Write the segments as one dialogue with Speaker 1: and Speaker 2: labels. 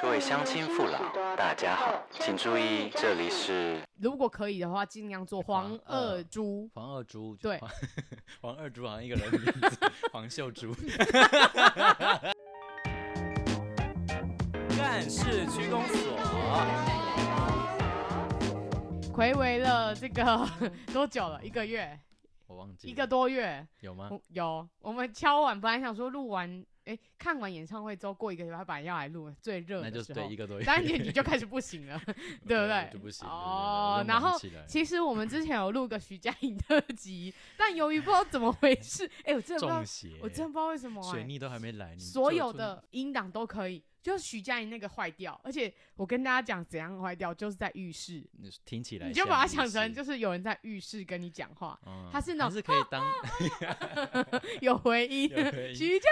Speaker 1: 各位乡亲父老，大家好，请注意，这里是
Speaker 2: 如果可以的话，尽量做黄
Speaker 3: 黄二
Speaker 2: 二猪。
Speaker 3: 黄二猪，就
Speaker 2: 对
Speaker 3: 黄， 黄二猪好像一个人的名 字，黄秀珠。干事区公所，嗯
Speaker 2: 暌违了这 个多久了？一个月，
Speaker 3: 我忘记
Speaker 2: 一个
Speaker 3: 了
Speaker 2: 多月。
Speaker 3: 有吗？
Speaker 2: 我有，我们敲完，本来想说录完，哎、看完演唱会之后过一个礼拜，本来要来录最热
Speaker 3: 那就
Speaker 2: 的
Speaker 3: 是
Speaker 2: 时
Speaker 3: 对
Speaker 2: 候
Speaker 3: 一，个多月，
Speaker 2: 但是 你就开始不行了，对不对？
Speaker 3: 就不行
Speaker 2: 哦
Speaker 3: 对对对我，就
Speaker 2: 然
Speaker 3: 忙
Speaker 2: 后
Speaker 3: 起来
Speaker 2: 其实我们之前有录个徐佳莹特辑，但由于不知道怎么回事， 哎、我真的不知道
Speaker 3: 中，邪，
Speaker 2: 我真的不知道为什么、哎
Speaker 3: 水逆都还没来，你
Speaker 2: 所
Speaker 3: 就
Speaker 2: 有的音档都可以，就是徐佳莹那个坏掉，而且我跟大家讲怎样坏掉，就是在浴室，
Speaker 3: 你听起来
Speaker 2: 你就把它想
Speaker 3: 像
Speaker 2: 成
Speaker 3: 意思，
Speaker 2: 就是有人在浴室跟你讲话，
Speaker 3: 嗯
Speaker 2: 它是那种啊
Speaker 3: 还是可以 当，
Speaker 2: 有回音
Speaker 3: 有回。音
Speaker 2: 徐佳，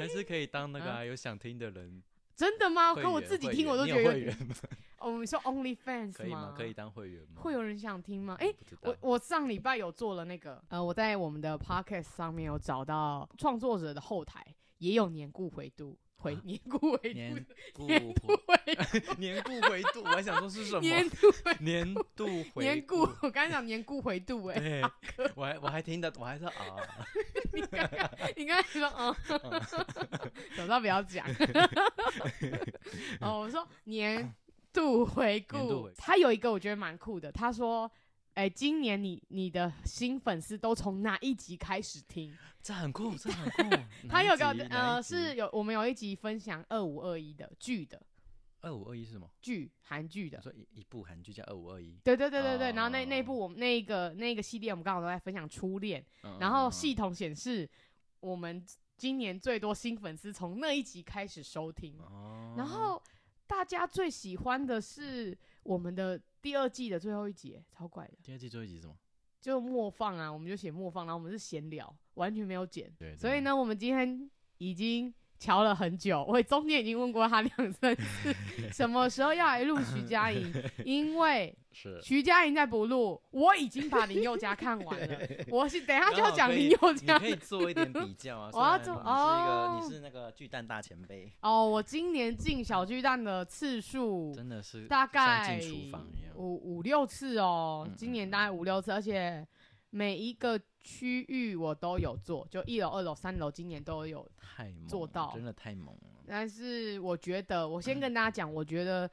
Speaker 3: 还是可以当那个啊有想听的人
Speaker 2: 真的吗？
Speaker 3: 会
Speaker 2: 啊可我
Speaker 3: 员
Speaker 2: 自己
Speaker 3: 会
Speaker 2: 听
Speaker 3: 员
Speaker 2: 我都
Speaker 3: 你
Speaker 2: 觉得
Speaker 3: 有
Speaker 2: 有
Speaker 3: 会
Speaker 2: 点。
Speaker 3: 员吗？
Speaker 2: 哦，你 说 OnlyFans
Speaker 3: 可以吗？可以嗯当会员吗？
Speaker 2: 会有人想听吗？哎、
Speaker 3: 不知道，
Speaker 2: 我我上礼拜有做了那个，呃，我在我们的 Podcast 上面有找到创作者的后台，也有年顾回读回
Speaker 3: 啊
Speaker 2: 年顾回
Speaker 3: 年
Speaker 2: 读
Speaker 3: 顾
Speaker 2: 哎年顾回
Speaker 3: 年顾回顾，我还想说是什么？
Speaker 2: 年度回
Speaker 3: 年度回
Speaker 2: 年顾
Speaker 3: 顾，，
Speaker 2: 我刚才讲年顾回 度哎、
Speaker 3: 对，我还我还听得，我还说啊，
Speaker 2: 你刚刚你刚才说
Speaker 3: 哦
Speaker 2: 嗯， 早知道不要讲。哦，我说年度回顾
Speaker 3: 嗯年度回，顾
Speaker 2: 他有一个我觉得蛮酷的，他说。哎、今年你你的新粉丝都从哪一集开始听？。
Speaker 3: 这很酷，这很酷
Speaker 2: 他有个
Speaker 3: 个
Speaker 2: 呃，是有我们有一集分享二五二一的剧的
Speaker 3: 二五二一是什么？
Speaker 2: 剧，韩剧
Speaker 3: 你
Speaker 2: 的。
Speaker 3: 说一一部韩剧叫二五二一，
Speaker 2: 对对对对对。然后那
Speaker 3: 哦
Speaker 2: 那部我们那个那个系列，我们刚好都在分享初恋，
Speaker 3: 嗯
Speaker 2: 然后系
Speaker 3: 嗯
Speaker 2: 统显示我们今年最多新粉丝从那一集开始收听
Speaker 3: 嗯，哦，
Speaker 2: 然后大家最喜欢的是我们的第二季的最后一集，超怪的，
Speaker 3: 嗯第二季最后一集是什么？
Speaker 2: 就默放啊，我们就写默放，然后我们是闲聊，完全没有剪，
Speaker 3: 对，
Speaker 2: 所以
Speaker 3: 对，
Speaker 2: 呢，我们今天已经。瞧了很久，我中间已经问过他两三 次，什么时候要来录徐佳莹，因为
Speaker 3: 是
Speaker 2: 徐佳莹再不录，我已经把林宥嘉看完 了，我是等一下就要讲林宥
Speaker 3: 你
Speaker 2: 嘉
Speaker 3: 啊可以做一点比较 啊。
Speaker 2: 我要
Speaker 3: 虽
Speaker 2: 做
Speaker 3: 然
Speaker 2: 哦
Speaker 3: 你是一个，你是那个巨蛋大前辈，
Speaker 2: 哦，我今年进小巨蛋的次数
Speaker 3: 真的是
Speaker 2: 大概
Speaker 3: 像进厨房一样。
Speaker 2: 五五六次哦，
Speaker 3: 嗯
Speaker 2: 今年大概五六次，而且每一个区域我都有做，就一楼、二楼、三楼，今年都有。
Speaker 3: 太猛了，
Speaker 2: 做到
Speaker 3: 真的太猛了。
Speaker 2: 但是我觉得，我先跟大家讲，我觉得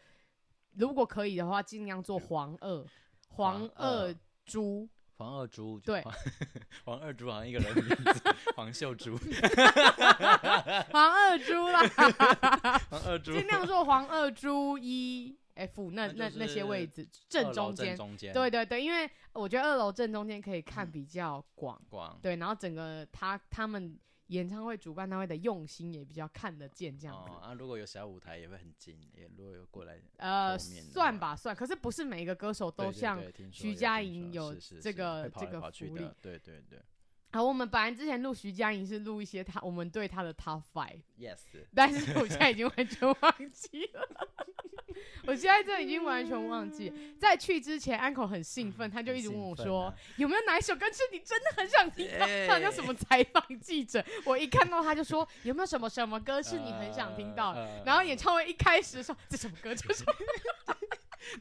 Speaker 2: 如果可以的话，尽量做黄二、黄
Speaker 3: 黄二
Speaker 2: 二 猪。
Speaker 3: 黄二猪就
Speaker 2: 对
Speaker 3: 黄 黄二猪好像一个人的名字，黄秀珠，
Speaker 2: 黄二猪啦，
Speaker 3: 黄二猪
Speaker 2: 尽量做黄二猪一 F 那那
Speaker 3: 那就是
Speaker 2: 那些位置正
Speaker 3: 二楼
Speaker 2: 中间
Speaker 3: 正，中间，嗯
Speaker 2: 对对对，因为我觉得二楼正中间可以看比较广，
Speaker 3: 广，
Speaker 2: 对，然后整个他他们演唱会主办单位的用心也比较看得见这样子，
Speaker 3: 哦啊，如果有小舞台也会很近，也如果有过来，
Speaker 2: 呃，
Speaker 3: 后面的
Speaker 2: 算
Speaker 3: 话
Speaker 2: 吧算，可是不是每一个歌手都
Speaker 3: 对对
Speaker 2: 像。
Speaker 3: 对听说
Speaker 2: 徐
Speaker 3: 有
Speaker 2: 佳
Speaker 3: 听
Speaker 2: 莹有
Speaker 3: 说是是
Speaker 2: 这
Speaker 3: 是
Speaker 2: 个
Speaker 3: 会跑
Speaker 2: 这
Speaker 3: 来
Speaker 2: 个
Speaker 3: 跑去
Speaker 2: 福利
Speaker 3: 的，对对对
Speaker 2: 好，我们本来之前录徐佳莹是录一些他我们对他的 Top Five，
Speaker 3: ，yes，
Speaker 2: 但是我现在已经完全忘记了， 我现在这已经完全忘记了。在去之前，安口很兴奋，他就
Speaker 3: 嗯很
Speaker 2: 一直问
Speaker 3: 兴
Speaker 2: 我
Speaker 3: 奋
Speaker 2: 说、
Speaker 3: 啊
Speaker 2: 有没有哪一首歌是你真的很想听到？他好像什么采访记者，我一看到他就说有没有什么什么歌是你很想听到的？
Speaker 3: 呃呃
Speaker 2: 然后演唱会一开始的时候，这首歌就是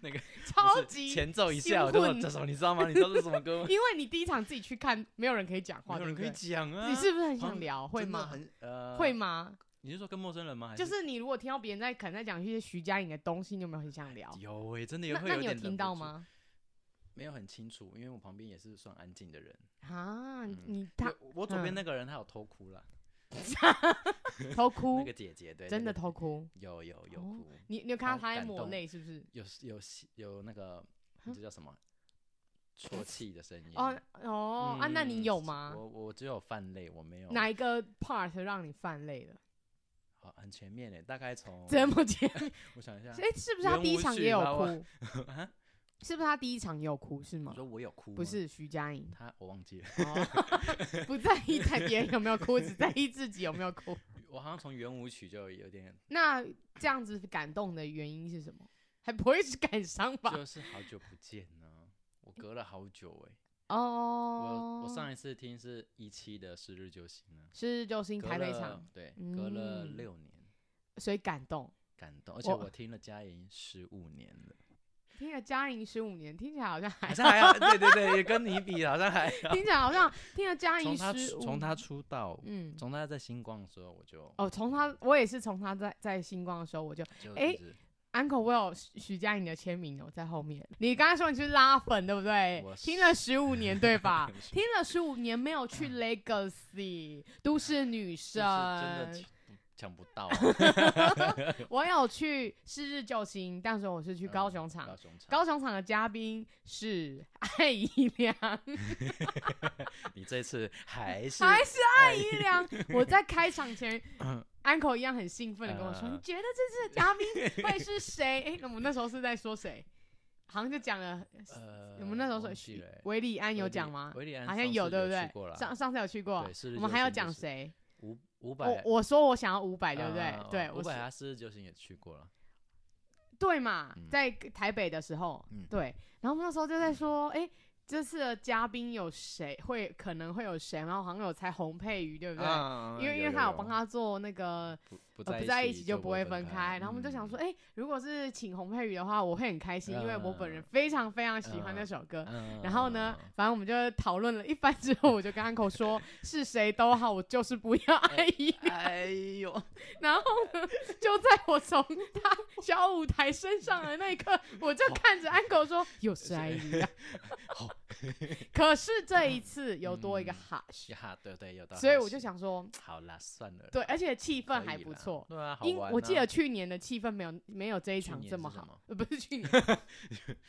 Speaker 3: 那个不
Speaker 2: 超
Speaker 3: 是
Speaker 2: 级，
Speaker 3: 前奏一
Speaker 2: 兴
Speaker 3: 下，我就说
Speaker 2: 奋
Speaker 3: 这首你知道吗？你知道这是什么 歌吗？
Speaker 2: 因为你第一场自己去看，没有人可以讲
Speaker 3: 没
Speaker 2: 话，
Speaker 3: 有人可
Speaker 2: 对
Speaker 3: 以
Speaker 2: 不对
Speaker 3: 讲啊，
Speaker 2: 你是不是很
Speaker 3: 好
Speaker 2: 想聊？会
Speaker 3: 真的
Speaker 2: 吗？
Speaker 3: 很呃，
Speaker 2: 会？吗？
Speaker 3: 你是说跟陌生人吗？还
Speaker 2: 就是你如果听到别人在可能在讲一些徐佳莹的东西，你有没有很想聊？
Speaker 3: 有诶，真的有
Speaker 2: 那
Speaker 3: 会
Speaker 2: 那
Speaker 3: 有
Speaker 2: 你有
Speaker 3: 点
Speaker 2: 听
Speaker 3: 忍
Speaker 2: 到
Speaker 3: 不住？
Speaker 2: 吗？
Speaker 3: 没有很清楚，因为我旁边也是算安静的人。
Speaker 2: 啊，
Speaker 3: 嗯
Speaker 2: 你他
Speaker 3: 我我左
Speaker 2: 嗯
Speaker 3: 边那个人他有偷哭了，
Speaker 2: 偷
Speaker 3: 那
Speaker 2: 哭
Speaker 3: 个，姐姐对，
Speaker 2: 真的
Speaker 3: 那个
Speaker 2: 偷哭。
Speaker 3: 有有有
Speaker 2: 哦
Speaker 3: 哭，
Speaker 2: 你你有看到
Speaker 3: 好
Speaker 2: 他在
Speaker 3: 感
Speaker 2: 抹
Speaker 3: 动
Speaker 2: 泪是不是？
Speaker 3: 有有有那个
Speaker 2: 嗯
Speaker 3: 这叫什么啜泣的声音
Speaker 2: 哦哦啊，那你
Speaker 3: 嗯
Speaker 2: 有吗？
Speaker 3: 我我只有泛泪，我没有
Speaker 2: 哪一个 part 让你泛泪了？
Speaker 3: 好很前面诶，大概从
Speaker 2: 这么简？
Speaker 3: 我想一下
Speaker 2: 哎、，是不是他第一场也有
Speaker 3: 圆
Speaker 2: 哭
Speaker 3: 舞？
Speaker 2: 是不是他第一场也有哭？是吗
Speaker 3: 啊你？说我有哭，，
Speaker 2: 不。是徐佳莹
Speaker 3: 他我忘 记了，
Speaker 2: 哦、不在意在别人有没有哭，只在意自己有没有哭。
Speaker 3: 我好像从圆舞曲就有 点，
Speaker 2: 那这样子感动的原因是什么？还不会是感伤吧？
Speaker 3: 就是好久不见呢，我隔了好久诶。
Speaker 2: 哦，
Speaker 3: 我我上一次听是一期的《是日就行》呢，
Speaker 2: 是救星
Speaker 3: 隔
Speaker 2: 台北
Speaker 3: 了
Speaker 2: 场，
Speaker 3: 对，隔了
Speaker 2: 嗯
Speaker 3: 六年，
Speaker 2: 所以感动。
Speaker 3: 感动，而且
Speaker 2: 我
Speaker 3: 我听了佳莹十五年了，
Speaker 2: 听了嘉莹十五年，听起来 好像还
Speaker 3: 好像 还好，对对对，也跟你比好像还好。
Speaker 2: 听起来好像听了嘉
Speaker 3: 从
Speaker 2: 莹
Speaker 3: 他
Speaker 2: 十
Speaker 3: 出
Speaker 2: 五，
Speaker 3: 从他出道，
Speaker 2: 嗯
Speaker 3: 从他在星光的时候，我就
Speaker 2: 哦，从他我也是从他在在星光的时候我就
Speaker 3: 就
Speaker 2: 诶
Speaker 3: 一直
Speaker 2: Uncle 我有许许佳莹的签名哦，在后面。你刚才说你是拉粉对不对
Speaker 3: 我？是？
Speaker 2: 听了十五年对吧
Speaker 3: 是
Speaker 2: 听了十五年没有 去 Legacy 都市女
Speaker 3: 就是
Speaker 2: 生，
Speaker 3: 真的抢不抢不到啊，
Speaker 2: 我有去是日救星，但是我是去高雄场。
Speaker 3: 高雄场，
Speaker 2: 高雄场的嘉宾是艾姨良，
Speaker 3: 你这次还是
Speaker 2: 还是艾姨 良？我在开场前，uncle 一样很兴奋的跟我说：“
Speaker 3: 嗯
Speaker 2: 你觉得这次的嘉宾会是谁？”哎、那我们那时候是在说谁？好像就讲了，
Speaker 3: 呃，
Speaker 2: 我们那时候说
Speaker 3: 忘记了欸
Speaker 2: 维里安有讲吗？
Speaker 3: 维里安
Speaker 2: 好
Speaker 3: 上
Speaker 2: 像
Speaker 3: 次
Speaker 2: 有，
Speaker 3: 有
Speaker 2: 对不
Speaker 3: 去
Speaker 2: 对
Speaker 3: 过？啦
Speaker 2: 上上次有去过
Speaker 3: 对是，
Speaker 2: 我们还
Speaker 3: 日
Speaker 2: 有
Speaker 3: 就
Speaker 2: 讲
Speaker 3: 是
Speaker 2: 谁？
Speaker 3: 五五百
Speaker 2: 我我说我想要五哦百，对不对
Speaker 3: 啊？
Speaker 2: 对，
Speaker 3: 五
Speaker 2: 我
Speaker 3: 百
Speaker 2: 是
Speaker 3: 他四十九行也去过了，
Speaker 2: 对嘛
Speaker 3: 嗯，
Speaker 2: 在台北的时候
Speaker 3: 嗯，
Speaker 2: 对，然后我们那时候就在说，哎，这次的嘉宾有谁会可能会有谁？然后好像有猜洪佩瑜，对不对？
Speaker 3: 啊
Speaker 2: 因为因为他有帮他做那个
Speaker 3: 不不
Speaker 2: 呃
Speaker 3: 在
Speaker 2: 不在
Speaker 3: 一
Speaker 2: 一起就不会分开，然后我们就
Speaker 3: 嗯
Speaker 2: 想说，，哎，如果是请洪佩瑜的话，我会很开心，因为我本人
Speaker 3: 嗯
Speaker 2: 非常非常喜欢那
Speaker 3: 嗯
Speaker 2: 首歌。
Speaker 3: 嗯
Speaker 2: 然后呢，反正我们就讨论了一番之后，我就跟 uncle 说， 是谁都好，我就是不要爱姨。
Speaker 3: 哎呦，
Speaker 2: 然后呢，就在我从他小舞台升上的那一刻，我就看着 uncle 说，又是爱姨 啊。可是这一次有多一个
Speaker 3: 嗯
Speaker 2: hush，、
Speaker 3: 呀，对对，有道理。
Speaker 2: 所以我就，想说，
Speaker 3: 好啦，算了啦，
Speaker 2: 对，而且气
Speaker 3: 可
Speaker 2: 氛还
Speaker 3: 以
Speaker 2: 不
Speaker 3: 啦
Speaker 2: 错。
Speaker 3: 对啊，好
Speaker 2: 因
Speaker 3: 玩啊
Speaker 2: 我记得去年的气氛没有没有这一
Speaker 3: 去
Speaker 2: 场
Speaker 3: 年
Speaker 2: 这
Speaker 3: 是
Speaker 2: 么
Speaker 3: 什
Speaker 2: 好
Speaker 3: 么，
Speaker 2: 呃，不是 去年，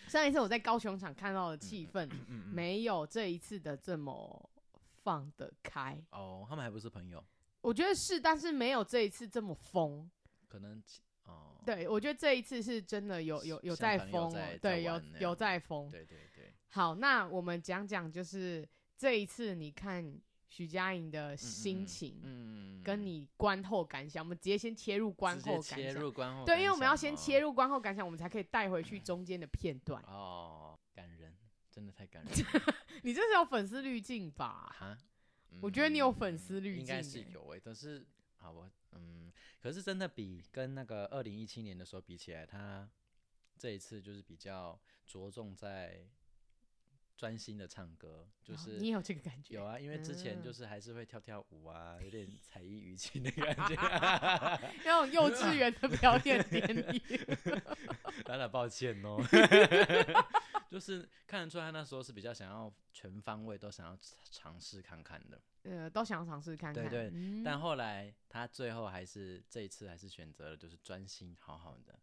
Speaker 2: 上一次我在高雄场看到的气氛
Speaker 3: 嗯嗯
Speaker 2: 没有这一次的这么放得开。
Speaker 3: 哦，他们还不是朋友，
Speaker 2: 我觉得是，但是没有这一次这么疯。
Speaker 3: 可能哦，
Speaker 2: 对，我觉得这一次是真的有有有
Speaker 3: 像
Speaker 2: 在
Speaker 3: 朋友
Speaker 2: 疯
Speaker 3: 在
Speaker 2: 哦
Speaker 3: 在，
Speaker 2: 对，有
Speaker 3: 玩那
Speaker 2: 有
Speaker 3: 样
Speaker 2: 在疯。
Speaker 3: 对对对，
Speaker 2: 好，那我们讲讲就是这一次你看徐佳莹的心情，
Speaker 3: 嗯，嗯
Speaker 2: 跟你观后感想。我们直接先切入观
Speaker 3: 直
Speaker 2: 后
Speaker 3: 接
Speaker 2: 感
Speaker 3: 切
Speaker 2: 想。
Speaker 3: 入观后，哦
Speaker 2: 对，因为我们要先切
Speaker 3: 入
Speaker 2: 入观后感想，我们才可以带回去中间的片段。
Speaker 3: 哦，感人，真的太感 人了
Speaker 2: 你这是有粉丝滤镜吧？
Speaker 3: 哈。
Speaker 2: 我觉得你有粉
Speaker 3: 嗯
Speaker 2: 丝滤
Speaker 3: 应该
Speaker 2: 镜
Speaker 3: 是
Speaker 2: 欸
Speaker 3: 有诶、但是好我嗯，可是真的比跟那个二零一七年的时候比起来，他这一次就是比较着重在专心的唱歌，就
Speaker 2: 哦
Speaker 3: 是
Speaker 2: 你也有这个感觉？
Speaker 3: 有啊，因为之前就
Speaker 2: 嗯
Speaker 3: 是还是会跳跳舞啊，有点 才艺娱情的感觉。啊
Speaker 2: 那种幼稚园的表演典 礼，
Speaker 3: 当然抱歉 哦，就是看得出来他那时候是比较想要全方位都想要尝试看看的，
Speaker 2: 呃，都想尝试看看。
Speaker 3: 对对
Speaker 2: 嗯
Speaker 3: 但后来他最后还是这一次还是选择了就是专心好好的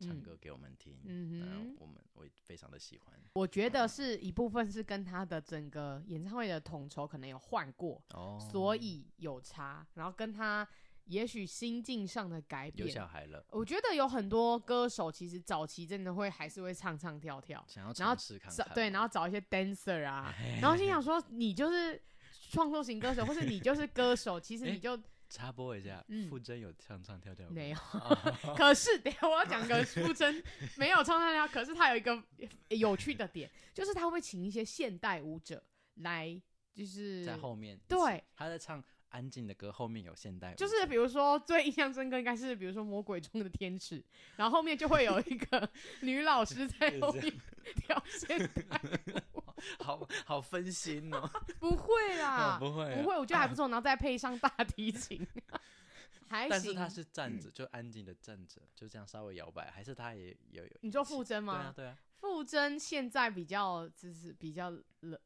Speaker 3: 唱
Speaker 2: 嗯
Speaker 3: 歌给我们听，
Speaker 2: 嗯
Speaker 3: 嗯
Speaker 2: 哼，
Speaker 3: 我们我也非常的喜欢
Speaker 2: 我觉得是一部分是跟他的整个演唱会的统筹可能有换过，
Speaker 3: 哦
Speaker 2: 所以有差，然后跟他也许心境上的改
Speaker 3: 有
Speaker 2: 变。
Speaker 3: 小孩了，
Speaker 2: 我觉得有很多歌手其实早期真的会还是会唱唱跳跳，
Speaker 3: 想要
Speaker 2: 然后
Speaker 3: 尝试看
Speaker 2: 找
Speaker 3: 看，
Speaker 2: 对，然后找一些 dancer 啊， 然后心想说你就是创作型歌手，或是你就是歌 手，其实
Speaker 3: 诶哦
Speaker 2: 你就
Speaker 3: 插播一下，
Speaker 2: 嗯
Speaker 3: 傅征有唱唱跳跳
Speaker 2: 没
Speaker 3: 有，
Speaker 2: 有。可是 等一下我要讲个傅真没有唱唱跳，啊可是他有一个有趣的点，就是他会请一些现代舞者来，就是
Speaker 3: 在后面
Speaker 2: 对，
Speaker 3: 他在唱安静的歌，后面有现代舞者，
Speaker 2: 就是比如说最印象深刻应该是比如说《魔鬼中的天使》，然后后面就会有一个 女老师在后面 跳现代，
Speaker 3: 好好分心哦，
Speaker 2: 不会 啦，
Speaker 3: 不会啊
Speaker 2: 不会，我觉得还不错，然后再配上大提 琴，还
Speaker 3: 但是
Speaker 2: 哎行。
Speaker 3: 他是站着，就安静的站着，就这样稍微摇摆，还是他也有有
Speaker 2: 你说
Speaker 3: 一起
Speaker 2: 傅征
Speaker 3: 对啊
Speaker 2: 吗？
Speaker 3: 对啊，
Speaker 2: 傅征现在比较就是比较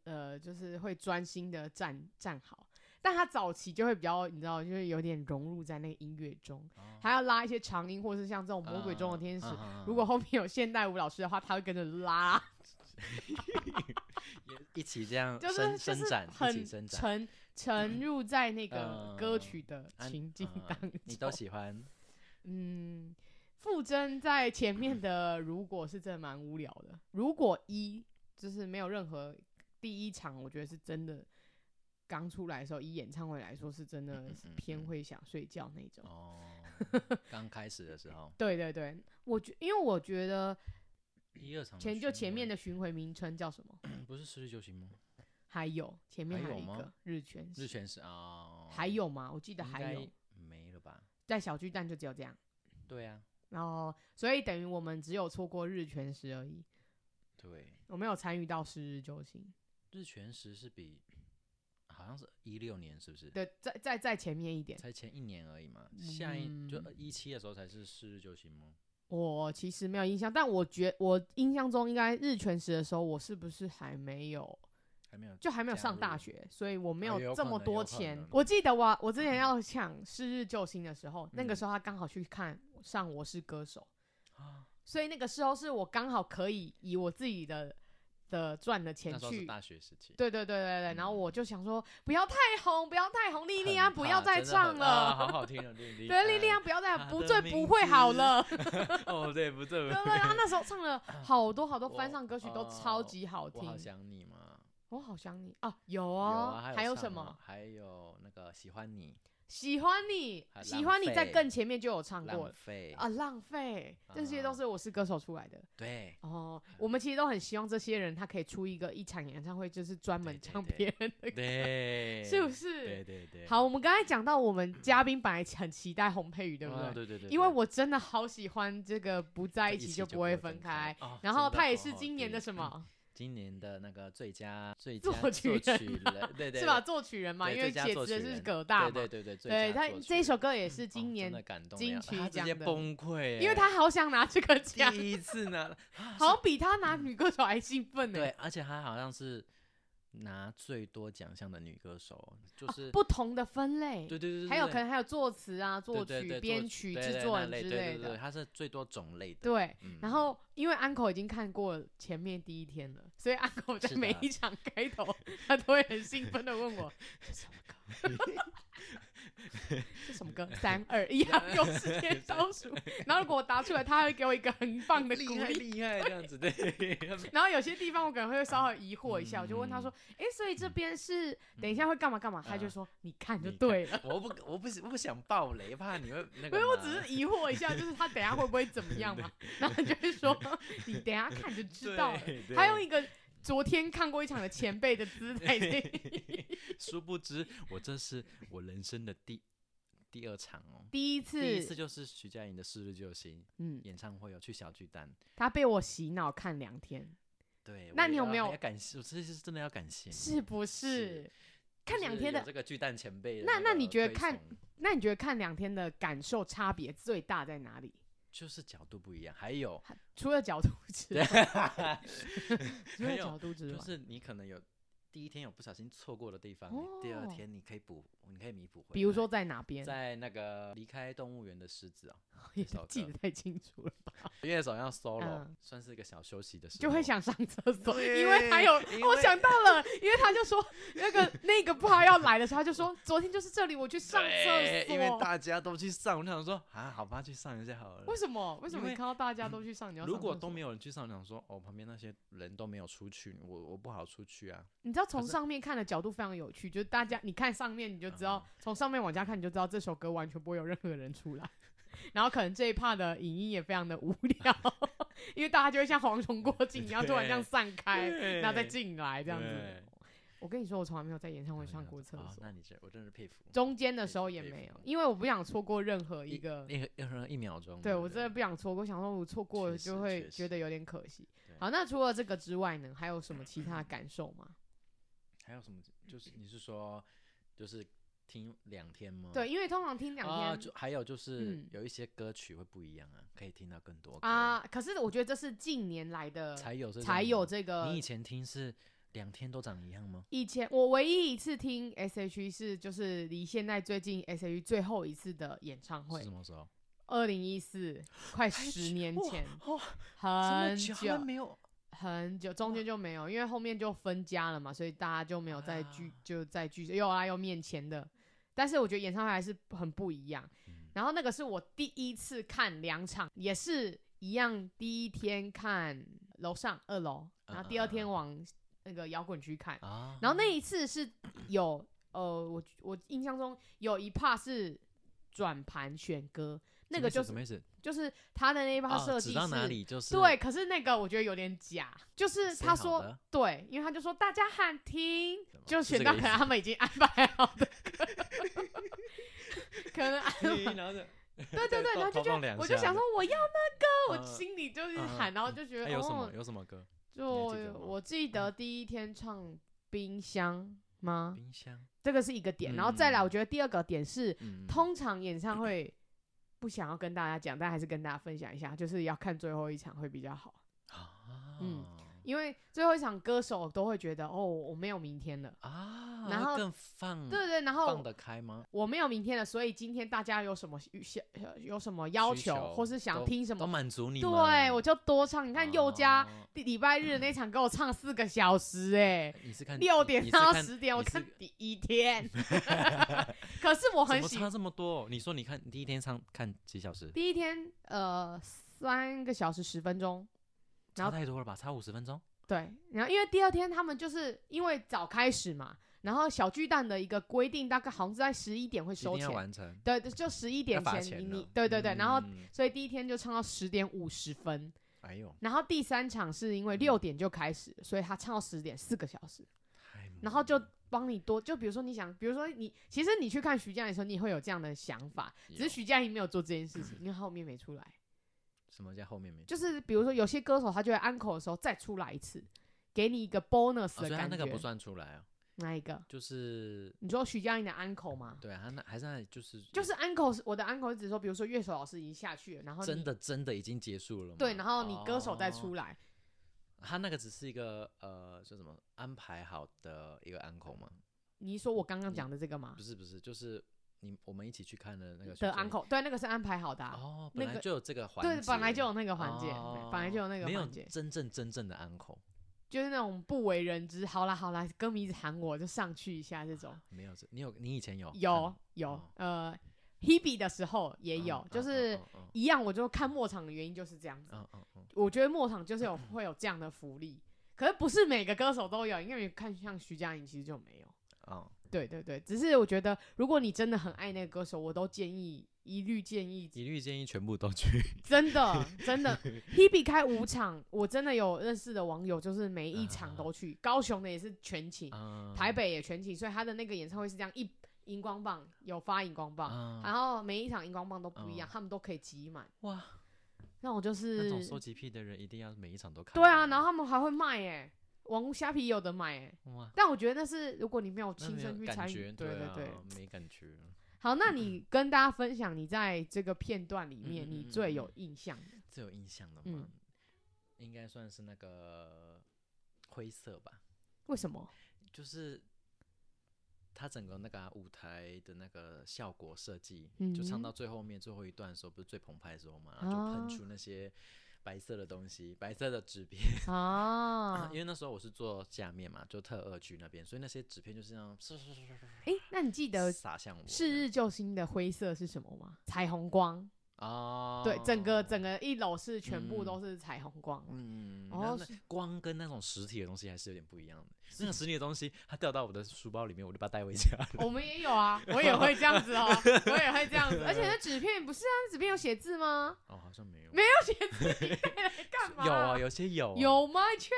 Speaker 2: 呃，就是会专心的站站好，但他早期就会比较你知道，就是有点融入在那个音乐中，
Speaker 3: 哦
Speaker 2: 还要拉一些长音，或是像这种《魔鬼中的
Speaker 3: 嗯
Speaker 2: 天使》
Speaker 3: 嗯嗯嗯
Speaker 2: 如果后面有现代舞老师的话，他会跟着拉，
Speaker 3: 也一起这样
Speaker 2: 就是
Speaker 3: 伸
Speaker 2: 就
Speaker 3: 伸
Speaker 2: 是
Speaker 3: 展，一起
Speaker 2: 很
Speaker 3: 伸展，
Speaker 2: 沉沉入在那个
Speaker 3: 嗯
Speaker 2: 歌曲的
Speaker 3: 啊
Speaker 2: 情境
Speaker 3: 嗯
Speaker 2: 当中。
Speaker 3: 你都喜欢
Speaker 2: 嗯，傅征在前面的如果是真的蛮无聊的，如果一就是没有任何第一场，我觉得是真的刚出来的时候，以演唱会来说是真
Speaker 3: 嗯
Speaker 2: 的
Speaker 3: 嗯
Speaker 2: 是
Speaker 3: 嗯
Speaker 2: 偏
Speaker 3: 嗯
Speaker 2: 会想睡觉那种。
Speaker 3: 哦。 刚开始的时候，
Speaker 2: 对对对，我觉因为我觉得
Speaker 3: 一二场的
Speaker 2: 前就
Speaker 3: 巡
Speaker 2: 前面
Speaker 3: 回
Speaker 2: 的巡回名称叫什么？
Speaker 3: 不是十日九行吗？
Speaker 2: 还有前面
Speaker 3: 还
Speaker 2: 还有
Speaker 3: 有
Speaker 2: 一
Speaker 3: 吗
Speaker 2: 个日全
Speaker 3: 日
Speaker 2: 食，
Speaker 3: 全食啊，
Speaker 2: 还有吗？我记得
Speaker 3: 应
Speaker 2: 还有
Speaker 3: 该没了吧？
Speaker 2: 在小巨蛋就只有这样。
Speaker 3: 对啊，
Speaker 2: 然后所以等于我们只有错过日全食而已，
Speaker 3: 对，
Speaker 2: 我没有参与到是日救星。
Speaker 3: 日全食是比好像是一六年是不是？，
Speaker 2: 对，再再再前面一点，
Speaker 3: 才前一年而已嘛。下一就
Speaker 2: 嗯
Speaker 3: 一七的时候才是是日救星吗？
Speaker 2: 我其实没有印象，但我觉我印象中应该日全食的时候，我是不是还没有
Speaker 3: 还没有，
Speaker 2: 就还没有
Speaker 3: 加
Speaker 2: 上大
Speaker 3: 入
Speaker 2: 学，所以我没
Speaker 3: 啊有
Speaker 2: 这
Speaker 3: 可
Speaker 2: 么
Speaker 3: 能
Speaker 2: 多
Speaker 3: 有可
Speaker 2: 钱
Speaker 3: 能。嗯
Speaker 2: 我记得我我之前要抢是日救星的时候，那个时候他刚好去看上《我是歌手》
Speaker 3: 啊
Speaker 2: 所以那个时候是我刚好可以以我自己的的赚的钱
Speaker 3: 那时候是
Speaker 2: 去。
Speaker 3: 大学时期。
Speaker 2: 对对对对对，然后
Speaker 3: 嗯
Speaker 2: 我就想说，不要太红，不要太红，莉
Speaker 3: 很
Speaker 2: 莉安不要
Speaker 3: 怕
Speaker 2: 再
Speaker 3: 真的
Speaker 2: 唱
Speaker 3: 很啊
Speaker 2: 了，
Speaker 3: 好好听哦，莉 莉。
Speaker 2: 对，莉莉
Speaker 3: 安
Speaker 2: 安不要再
Speaker 3: 她
Speaker 2: 不
Speaker 3: 的
Speaker 2: 醉不
Speaker 3: 名
Speaker 2: 会好
Speaker 3: 字
Speaker 2: 了。
Speaker 3: 哦，对，不对
Speaker 2: 对
Speaker 3: 不
Speaker 2: 对，他那时候唱了好多好多
Speaker 3: 我
Speaker 2: 翻唱歌曲，都超级好
Speaker 3: 啊哦我
Speaker 2: 听。
Speaker 3: 好想你嘛。
Speaker 2: 我好想你啊，有
Speaker 3: 有
Speaker 2: 哦，
Speaker 3: 啊，
Speaker 2: 还有
Speaker 3: 唱
Speaker 2: 什
Speaker 3: 啊
Speaker 2: 么？？
Speaker 3: 还有那个喜欢你，
Speaker 2: 喜欢你
Speaker 3: 还，有
Speaker 2: 喜
Speaker 3: 浪
Speaker 2: 欢你，在
Speaker 3: 费
Speaker 2: 更前面就有唱过
Speaker 3: 浪
Speaker 2: 了
Speaker 3: 费
Speaker 2: 啊，，浪费，这些都
Speaker 3: 啊
Speaker 2: 是我是歌手出来的
Speaker 3: 对，
Speaker 2: 哦。我们其实都很希望这些人他可以出一个一场演唱会，就是专门
Speaker 3: 对对
Speaker 2: 唱
Speaker 3: 对
Speaker 2: 别人的，
Speaker 3: 对，
Speaker 2: 是不
Speaker 3: 对
Speaker 2: 是？
Speaker 3: 对对，哦
Speaker 2: 好，我们刚才讲到我们嘉宾本来很期待洪佩瑜，对不
Speaker 3: 啊
Speaker 2: 对？
Speaker 3: 对对对，
Speaker 2: 因为
Speaker 3: 对
Speaker 2: 我真的好喜欢这个不在
Speaker 3: 在
Speaker 2: 一
Speaker 3: 一
Speaker 2: 起
Speaker 3: 起
Speaker 2: 就
Speaker 3: 就
Speaker 2: 不
Speaker 3: 不
Speaker 2: 会
Speaker 3: 会
Speaker 2: 分
Speaker 3: 分开
Speaker 2: 开，
Speaker 3: 哦嗯
Speaker 2: 然后
Speaker 3: 真的
Speaker 2: 他也
Speaker 3: 好
Speaker 2: 是
Speaker 3: 好
Speaker 2: 今年的
Speaker 3: 听
Speaker 2: 什么？
Speaker 3: 今年的那个最佳最佳
Speaker 2: 作曲人
Speaker 3: 人，对 对
Speaker 2: 是吧？？作曲人嘛，
Speaker 3: 对
Speaker 2: 因为
Speaker 3: 最佳
Speaker 2: 写
Speaker 3: 作
Speaker 2: 词的
Speaker 3: 曲
Speaker 2: 是
Speaker 3: 人
Speaker 2: 葛大
Speaker 3: 对
Speaker 2: 嘛，
Speaker 3: 对对对，最
Speaker 2: 对
Speaker 3: 佳
Speaker 2: 他
Speaker 3: 作曲
Speaker 2: 这一首
Speaker 3: 人
Speaker 2: 歌也是
Speaker 3: 哦
Speaker 2: 今
Speaker 3: 真
Speaker 2: 年，
Speaker 3: 的感动
Speaker 2: 金
Speaker 3: 了
Speaker 2: 曲
Speaker 3: 他直接
Speaker 2: 奖的
Speaker 3: 崩溃，
Speaker 2: 因为他好想拿这个奖，
Speaker 3: 第一次 拿了，啊
Speaker 2: 好像比他拿女歌手还兴奋呢、
Speaker 3: 对，而且她好像是拿最多奖项的女歌手，就是、
Speaker 2: 哦不同的分类，
Speaker 3: 对对对对，
Speaker 2: 还有
Speaker 3: 对
Speaker 2: 可能还有作词啊、作
Speaker 3: 对对
Speaker 2: 曲、
Speaker 3: 对
Speaker 2: 编
Speaker 3: 作
Speaker 2: 曲、
Speaker 3: 对
Speaker 2: 制
Speaker 3: 对
Speaker 2: 作
Speaker 3: 那
Speaker 2: 人
Speaker 3: 类
Speaker 2: 之
Speaker 3: 对
Speaker 2: 类
Speaker 3: 对对，
Speaker 2: 的。
Speaker 3: 她是最多种类的。
Speaker 2: 对，
Speaker 3: 嗯
Speaker 2: 然后因为安 n 已经看过前面第一天了，所以安 n 在
Speaker 3: 是
Speaker 2: 每
Speaker 3: 的
Speaker 2: 一场开头， 他都会很兴奋的问 我这什么 歌，是什么 歌？三二一，他给我时间倒数。然后如果我答出来，他会给我一个很棒的鼓
Speaker 3: 厉害
Speaker 2: 励。
Speaker 3: 厉害这样子，对，
Speaker 2: 然后有些地方我可能会稍微疑惑一
Speaker 3: 嗯
Speaker 2: 下，我就问他说：“诶，所以这边是等一下会干嘛干嘛？”他就
Speaker 3: 嗯
Speaker 2: 说：“你看就
Speaker 3: 你看
Speaker 2: 对了。
Speaker 3: 我不我不我不想爆雷，怕你会那”
Speaker 2: 因
Speaker 3: 个嘛。
Speaker 2: 为我只是疑惑一下，就是他等一下会不会怎么样 嘛？然后他就会说：“你等一下看就知道了。
Speaker 3: 对”
Speaker 2: 他
Speaker 3: 对
Speaker 2: 用一哎个昨天看过一场的前辈的姿态在，
Speaker 3: 殊不知我这是我人生的第第二场哦，
Speaker 2: 第一次，
Speaker 3: 第一次就是徐佳莹的《是日救星》
Speaker 2: 嗯，
Speaker 3: 演唱会哦，去小巨蛋。
Speaker 2: 他被我洗脑看两天，
Speaker 3: 对，我
Speaker 2: 那
Speaker 3: 也
Speaker 2: 你有
Speaker 3: 要
Speaker 2: 没有
Speaker 3: 还要感谢？我这是真的要感谢你，
Speaker 2: 是不是？看
Speaker 3: 就
Speaker 2: 两
Speaker 3: 是
Speaker 2: 天
Speaker 3: 有
Speaker 2: 的，
Speaker 3: 这个巨蛋前辈的
Speaker 2: 那
Speaker 3: 个推崇。
Speaker 2: 那你觉得看那你觉得看两天的感受差别最大在哪里？
Speaker 3: 就是角度不一样，还有
Speaker 2: 除了角度之外，除了
Speaker 3: 还有
Speaker 2: 角度之外，
Speaker 3: 就是你可能有第一天有不小心错过的地方，你第二
Speaker 2: 哦
Speaker 3: 天你可以补，你可以弥补回来。
Speaker 2: 比如说在哪边，
Speaker 3: 在那个离开动物园的狮子哦，
Speaker 2: 也
Speaker 3: 这首
Speaker 2: 记
Speaker 3: 歌
Speaker 2: 得太清楚了，
Speaker 3: 乐手要 solo，、
Speaker 2: 嗯
Speaker 3: 算是一个小休息的时候，
Speaker 2: 就会想上厕所，
Speaker 3: 对
Speaker 2: 因为他有，
Speaker 3: 因
Speaker 2: 我
Speaker 3: 为
Speaker 2: 想到了，因为他就说那 个那个不好要来的时候，他就说昨天就是这里，我去上厕
Speaker 3: 对哎因为
Speaker 2: 所。
Speaker 3: 大家都去上，我就想说啊，好吧，去上一下好了
Speaker 2: 为。什么？为什么
Speaker 3: 因
Speaker 2: 你
Speaker 3: 为
Speaker 2: 看到大家都去上，你要
Speaker 3: 如
Speaker 2: 上
Speaker 3: 果
Speaker 2: 厕
Speaker 3: 都
Speaker 2: 所
Speaker 3: 没，有人去上，我想说哦，旁边那些人都没有出去，我我不好出去啊。
Speaker 2: 你知道从
Speaker 3: 是
Speaker 2: 上面看的角度非常有趣，就是大家你看上面你就知
Speaker 3: 嗯
Speaker 2: 道，从上面往下看你就知道这首歌完全不会有任何人出来， 然后可能这一趴的影音也非常的无聊， 因为大家就会像蝗虫 过境一样突然这样
Speaker 3: 对
Speaker 2: 散开，然后再
Speaker 3: 对
Speaker 2: 进来这样子
Speaker 3: 对。
Speaker 2: 我跟你说，我从来没有在演唱会
Speaker 3: 我
Speaker 2: 上
Speaker 3: 想
Speaker 2: 过厕
Speaker 3: 说哦
Speaker 2: 所
Speaker 3: 那，你这我真是佩服。
Speaker 2: 中间的
Speaker 3: 佩
Speaker 2: 时候
Speaker 3: 服
Speaker 2: 也
Speaker 3: 佩
Speaker 2: 没
Speaker 3: 服
Speaker 2: 有，因为我不想错过任何一个。
Speaker 3: 那个要一秒钟，
Speaker 2: 对
Speaker 3: 不
Speaker 2: 我真的不想错过，想说我错过了
Speaker 3: 确实
Speaker 2: 就会
Speaker 3: 确
Speaker 2: 觉
Speaker 3: 实
Speaker 2: 得有点可惜。
Speaker 3: 对
Speaker 2: 好，那除了这个之外呢，还有什么其他的感受吗？
Speaker 3: 嗯还有什么？就是你是说，就是听两天吗？
Speaker 2: 对，因为通常听两
Speaker 3: 啊，
Speaker 2: 天
Speaker 3: 就还有就是
Speaker 2: 嗯
Speaker 3: 有一些歌曲会不一样啊，可以听到更多歌
Speaker 2: 啊，可是我觉得这是近年来的
Speaker 3: 才有这种
Speaker 2: 才有
Speaker 3: 吗。
Speaker 2: 这个
Speaker 3: 你以。前听是两天都长一样吗？
Speaker 2: 以前我唯一一次听 S.H.E 是就是离现在最近 S.H.E 最后一次的演唱会
Speaker 3: 是什，么时候？
Speaker 2: 二零一四，快
Speaker 3: 还
Speaker 2: 十
Speaker 3: 久
Speaker 2: 年
Speaker 3: 哇
Speaker 2: 前，
Speaker 3: 哦，
Speaker 2: 很
Speaker 3: 这
Speaker 2: 久
Speaker 3: 么还没有
Speaker 2: 很久，中间就没有，因为后面就分家了嘛，所以大家就没有再聚，
Speaker 3: 啊
Speaker 2: 就再聚，又来又面前的。但是我觉得演唱会还是很不一样。
Speaker 3: 嗯
Speaker 2: 然后那个是我第一次看两场，也是一样，第一天看楼上二楼，
Speaker 3: 嗯
Speaker 2: 然后第二
Speaker 3: 嗯嗯
Speaker 2: 天
Speaker 3: 嗯
Speaker 2: 往那个摇滚区看。
Speaker 3: 啊？
Speaker 2: 然后那一次是有呃，我我印象中有一趴是转盘选歌，那
Speaker 3: 什
Speaker 2: 个
Speaker 3: 么意思
Speaker 2: 就
Speaker 3: 什
Speaker 2: 是
Speaker 3: 么意思？
Speaker 2: 就是他的那一趴
Speaker 3: 啊
Speaker 2: 设计
Speaker 3: 指
Speaker 2: 是、
Speaker 3: 到哪里就是
Speaker 2: 对，可是那个我觉得有点假，就是
Speaker 3: 谁
Speaker 2: 他
Speaker 3: 好
Speaker 2: 说
Speaker 3: 的
Speaker 2: 对，因为他就说大家喊停，
Speaker 3: 吗
Speaker 2: 就是选
Speaker 3: 这
Speaker 2: 到
Speaker 3: 个
Speaker 2: 可
Speaker 3: 意
Speaker 2: 能
Speaker 3: 思
Speaker 2: 他们已经安排好的歌，可能安
Speaker 3: 停，然后就
Speaker 2: 对对对，
Speaker 3: 都
Speaker 2: 然后就
Speaker 3: 头
Speaker 2: 觉
Speaker 3: 放
Speaker 2: 得
Speaker 3: 两
Speaker 2: 我就
Speaker 3: 下
Speaker 2: 想
Speaker 3: 的
Speaker 2: 说我要那个， 我
Speaker 3: 嗯
Speaker 2: 心里就是
Speaker 3: 嗯嗯
Speaker 2: 喊，然后就觉
Speaker 3: 那
Speaker 2: 得
Speaker 3: 有什
Speaker 2: 哦
Speaker 3: 么，有什么歌？
Speaker 2: 就
Speaker 3: 你还记得吗嗯
Speaker 2: 我记得第一天唱《冰箱》吗？
Speaker 3: 冰箱。
Speaker 2: 这个是一个点，然后再来，
Speaker 3: 嗯
Speaker 2: 我觉得第二个点是，
Speaker 3: 嗯，嗯
Speaker 2: 通常演唱会不想要跟大家讲，但还是跟大家分享一下，就是要看最后一场会比较好，
Speaker 3: 啊，
Speaker 2: 嗯因为最后一场歌手都会觉得哦，我没有明天了，
Speaker 3: 啊，
Speaker 2: 然后
Speaker 3: 更放
Speaker 2: 对对，然
Speaker 3: 放
Speaker 2: 后
Speaker 3: 得开吗？
Speaker 2: 我没有明天了，所以今天大家有什么想有什么要
Speaker 3: 需
Speaker 2: 求，或是想
Speaker 3: 都
Speaker 2: 听什
Speaker 3: 都
Speaker 2: 么，
Speaker 3: 满足你们。
Speaker 2: 对我就多唱。你看佑嘉
Speaker 3: 哦
Speaker 2: 第礼拜日那场给我唱四个小时、 欸，
Speaker 3: 你是看
Speaker 2: 六点唱到十点，我看
Speaker 3: 看
Speaker 2: 第一 天，可是我
Speaker 3: 怎
Speaker 2: 很
Speaker 3: 么
Speaker 2: 喜
Speaker 3: 差这么多？你说你看第一天唱看几小时，
Speaker 2: 第一天呃三个小时十分钟，然
Speaker 3: 差
Speaker 2: 后
Speaker 3: 太多了吧？差五十分钟。
Speaker 2: 对，然后因为第二天他们就是因为早开始嘛，然后小巨蛋的一个规定大概好像是在十一点会
Speaker 3: 一定
Speaker 2: 收
Speaker 3: 要
Speaker 2: 钱，
Speaker 3: 完成，
Speaker 2: 对，就十一
Speaker 3: 要
Speaker 2: 点
Speaker 3: 罚
Speaker 2: 你
Speaker 3: 钱
Speaker 2: 你
Speaker 3: 了
Speaker 2: 对对对，然后
Speaker 3: 嗯
Speaker 2: 所以第一天就唱到十点五十分，
Speaker 3: 哎呦，
Speaker 2: 然后第三场是因为
Speaker 3: 嗯
Speaker 2: 六点就开始，所以他唱到十点四个小时，
Speaker 3: 太猛
Speaker 2: 然后就
Speaker 3: 了
Speaker 2: 帮你多就比如说你想，比如说你其实你去看徐佳莹的时候，你会有这样的想法，只是
Speaker 3: 有
Speaker 2: 徐佳莹没有做这件事情，因为她后面没出来。
Speaker 3: 什么叫后面没？
Speaker 2: 就是比如说有些歌手他就会 uncle 的时候再出来一次，给你一个 bonus
Speaker 3: 哦所
Speaker 2: 的
Speaker 3: 以他
Speaker 2: 感觉。
Speaker 3: 那个不算出来啊，
Speaker 2: 哪一个？
Speaker 3: 就是
Speaker 2: 你说徐佳莹的 uncle 吗？
Speaker 3: 对啊，他那还是那就是
Speaker 2: 就是 uncle，是我的 uncle 是指说，比如说乐手老师已经下去了，然后你
Speaker 3: 真的真的已经结束了嘛。
Speaker 2: 对，然后你歌手再
Speaker 3: 哦
Speaker 2: 出来，
Speaker 3: 他那个只是一个呃，叫什么安排好的一个 uncle 吗？
Speaker 2: 你说我刚刚讲的这个吗
Speaker 3: 不？是不是，就是你我们一起去看的那个
Speaker 2: 的
Speaker 3: 徐佳莹
Speaker 2: uncle，对，那个是安排好的、啊，
Speaker 3: 哦，
Speaker 2: 那
Speaker 3: 本来
Speaker 2: 个
Speaker 3: 就有这个环节，
Speaker 2: 对，本来就有那个环节，
Speaker 3: 哦
Speaker 2: 对本来就有那个
Speaker 3: 没有
Speaker 2: 环节，
Speaker 3: 真正真正的 uncle，
Speaker 2: 就是那种不为人知。好啦好啦，歌迷一直喊我就上去一下这种，
Speaker 3: 没有这，你有你以前有
Speaker 2: 有
Speaker 3: 看
Speaker 2: 有
Speaker 3: 哦
Speaker 2: 呃，Hebe 的时候也
Speaker 3: 嗯
Speaker 2: 有
Speaker 3: 嗯，
Speaker 2: 就是
Speaker 3: 嗯嗯
Speaker 2: 一样，我就看末场的原因就是这样子。
Speaker 3: 嗯嗯嗯
Speaker 2: 我觉得末场就是有会有这样的福利，可是不是每个歌手都有，因为你看像徐佳莹其实就没有。
Speaker 3: 哦，
Speaker 2: 对对对，只是我觉得如果你真的很爱那个歌手，我都建议一律建议，
Speaker 3: 一律建议全部都去，
Speaker 2: 真的真的，Hebe 开五场，我真的有认识的网友就是每一
Speaker 3: 啊
Speaker 2: 场都去，高雄的也是全勤，
Speaker 3: 嗯
Speaker 2: 台北也全勤，所以他的那个演唱会是这样一荧光棒有发荧光棒，
Speaker 3: 嗯
Speaker 2: 然后每一场荧光棒都不一样，
Speaker 3: 嗯
Speaker 2: 他们都可以集满。
Speaker 3: 哇，
Speaker 2: 那我就是
Speaker 3: 那种收集癖的人一定要每一场都看
Speaker 2: 对
Speaker 3: 完，
Speaker 2: 啊，然后他们还会卖哎、网络虾皮也有的卖哎、
Speaker 3: 哇，
Speaker 2: 但我觉得那是如果你没有
Speaker 3: 那
Speaker 2: 亲
Speaker 3: 没有
Speaker 2: 身去
Speaker 3: 感
Speaker 2: 参
Speaker 3: 觉，
Speaker 2: 与，对
Speaker 3: 啊
Speaker 2: 对。，
Speaker 3: 没感觉，
Speaker 2: 好，那你跟大家分享你在这个片段里面
Speaker 3: 嗯嗯
Speaker 2: 你
Speaker 3: 嗯
Speaker 2: 最
Speaker 3: 嗯
Speaker 2: 有印象的，
Speaker 3: 最有印象的
Speaker 2: 嗯
Speaker 3: 嘛，应该算是那个灰色吧，
Speaker 2: 为什么？
Speaker 3: 就是他整个那个啊、舞台的那个效果设计，
Speaker 2: 嗯
Speaker 3: 就唱到最后面最后一段的时候，不是最澎湃的时候嘛，然后就
Speaker 2: 啊
Speaker 3: 喷出那些白色的东西，白色的纸 片。
Speaker 2: 啊
Speaker 3: 因，为那时候我是坐下面嘛，就特二区那边，所以那些纸片就是这样唰唰唰唰唰
Speaker 2: 诶，那你记得
Speaker 3: 撒向我
Speaker 2: 是日救星的灰色是什么吗？彩虹光，
Speaker 3: 啊，
Speaker 2: 对，整个整
Speaker 3: 个
Speaker 2: 个一楼是全部
Speaker 3: 嗯
Speaker 2: 都是彩虹光，
Speaker 3: 嗯，
Speaker 2: 哦
Speaker 3: 然后那
Speaker 2: 是
Speaker 3: 光跟那种实体的东西还是有点不一样的。那个实体的东西，它掉到我的书包里面，我就把它带回家了。
Speaker 2: 我们也有啊，我也会这样子 哦，我也会这样子，而且那纸片不是啊，那纸片有写字吗？
Speaker 3: 哦，好像没有，
Speaker 2: 没有写字，你干嘛？
Speaker 3: 有啊，有些有啊
Speaker 2: 有吗？你确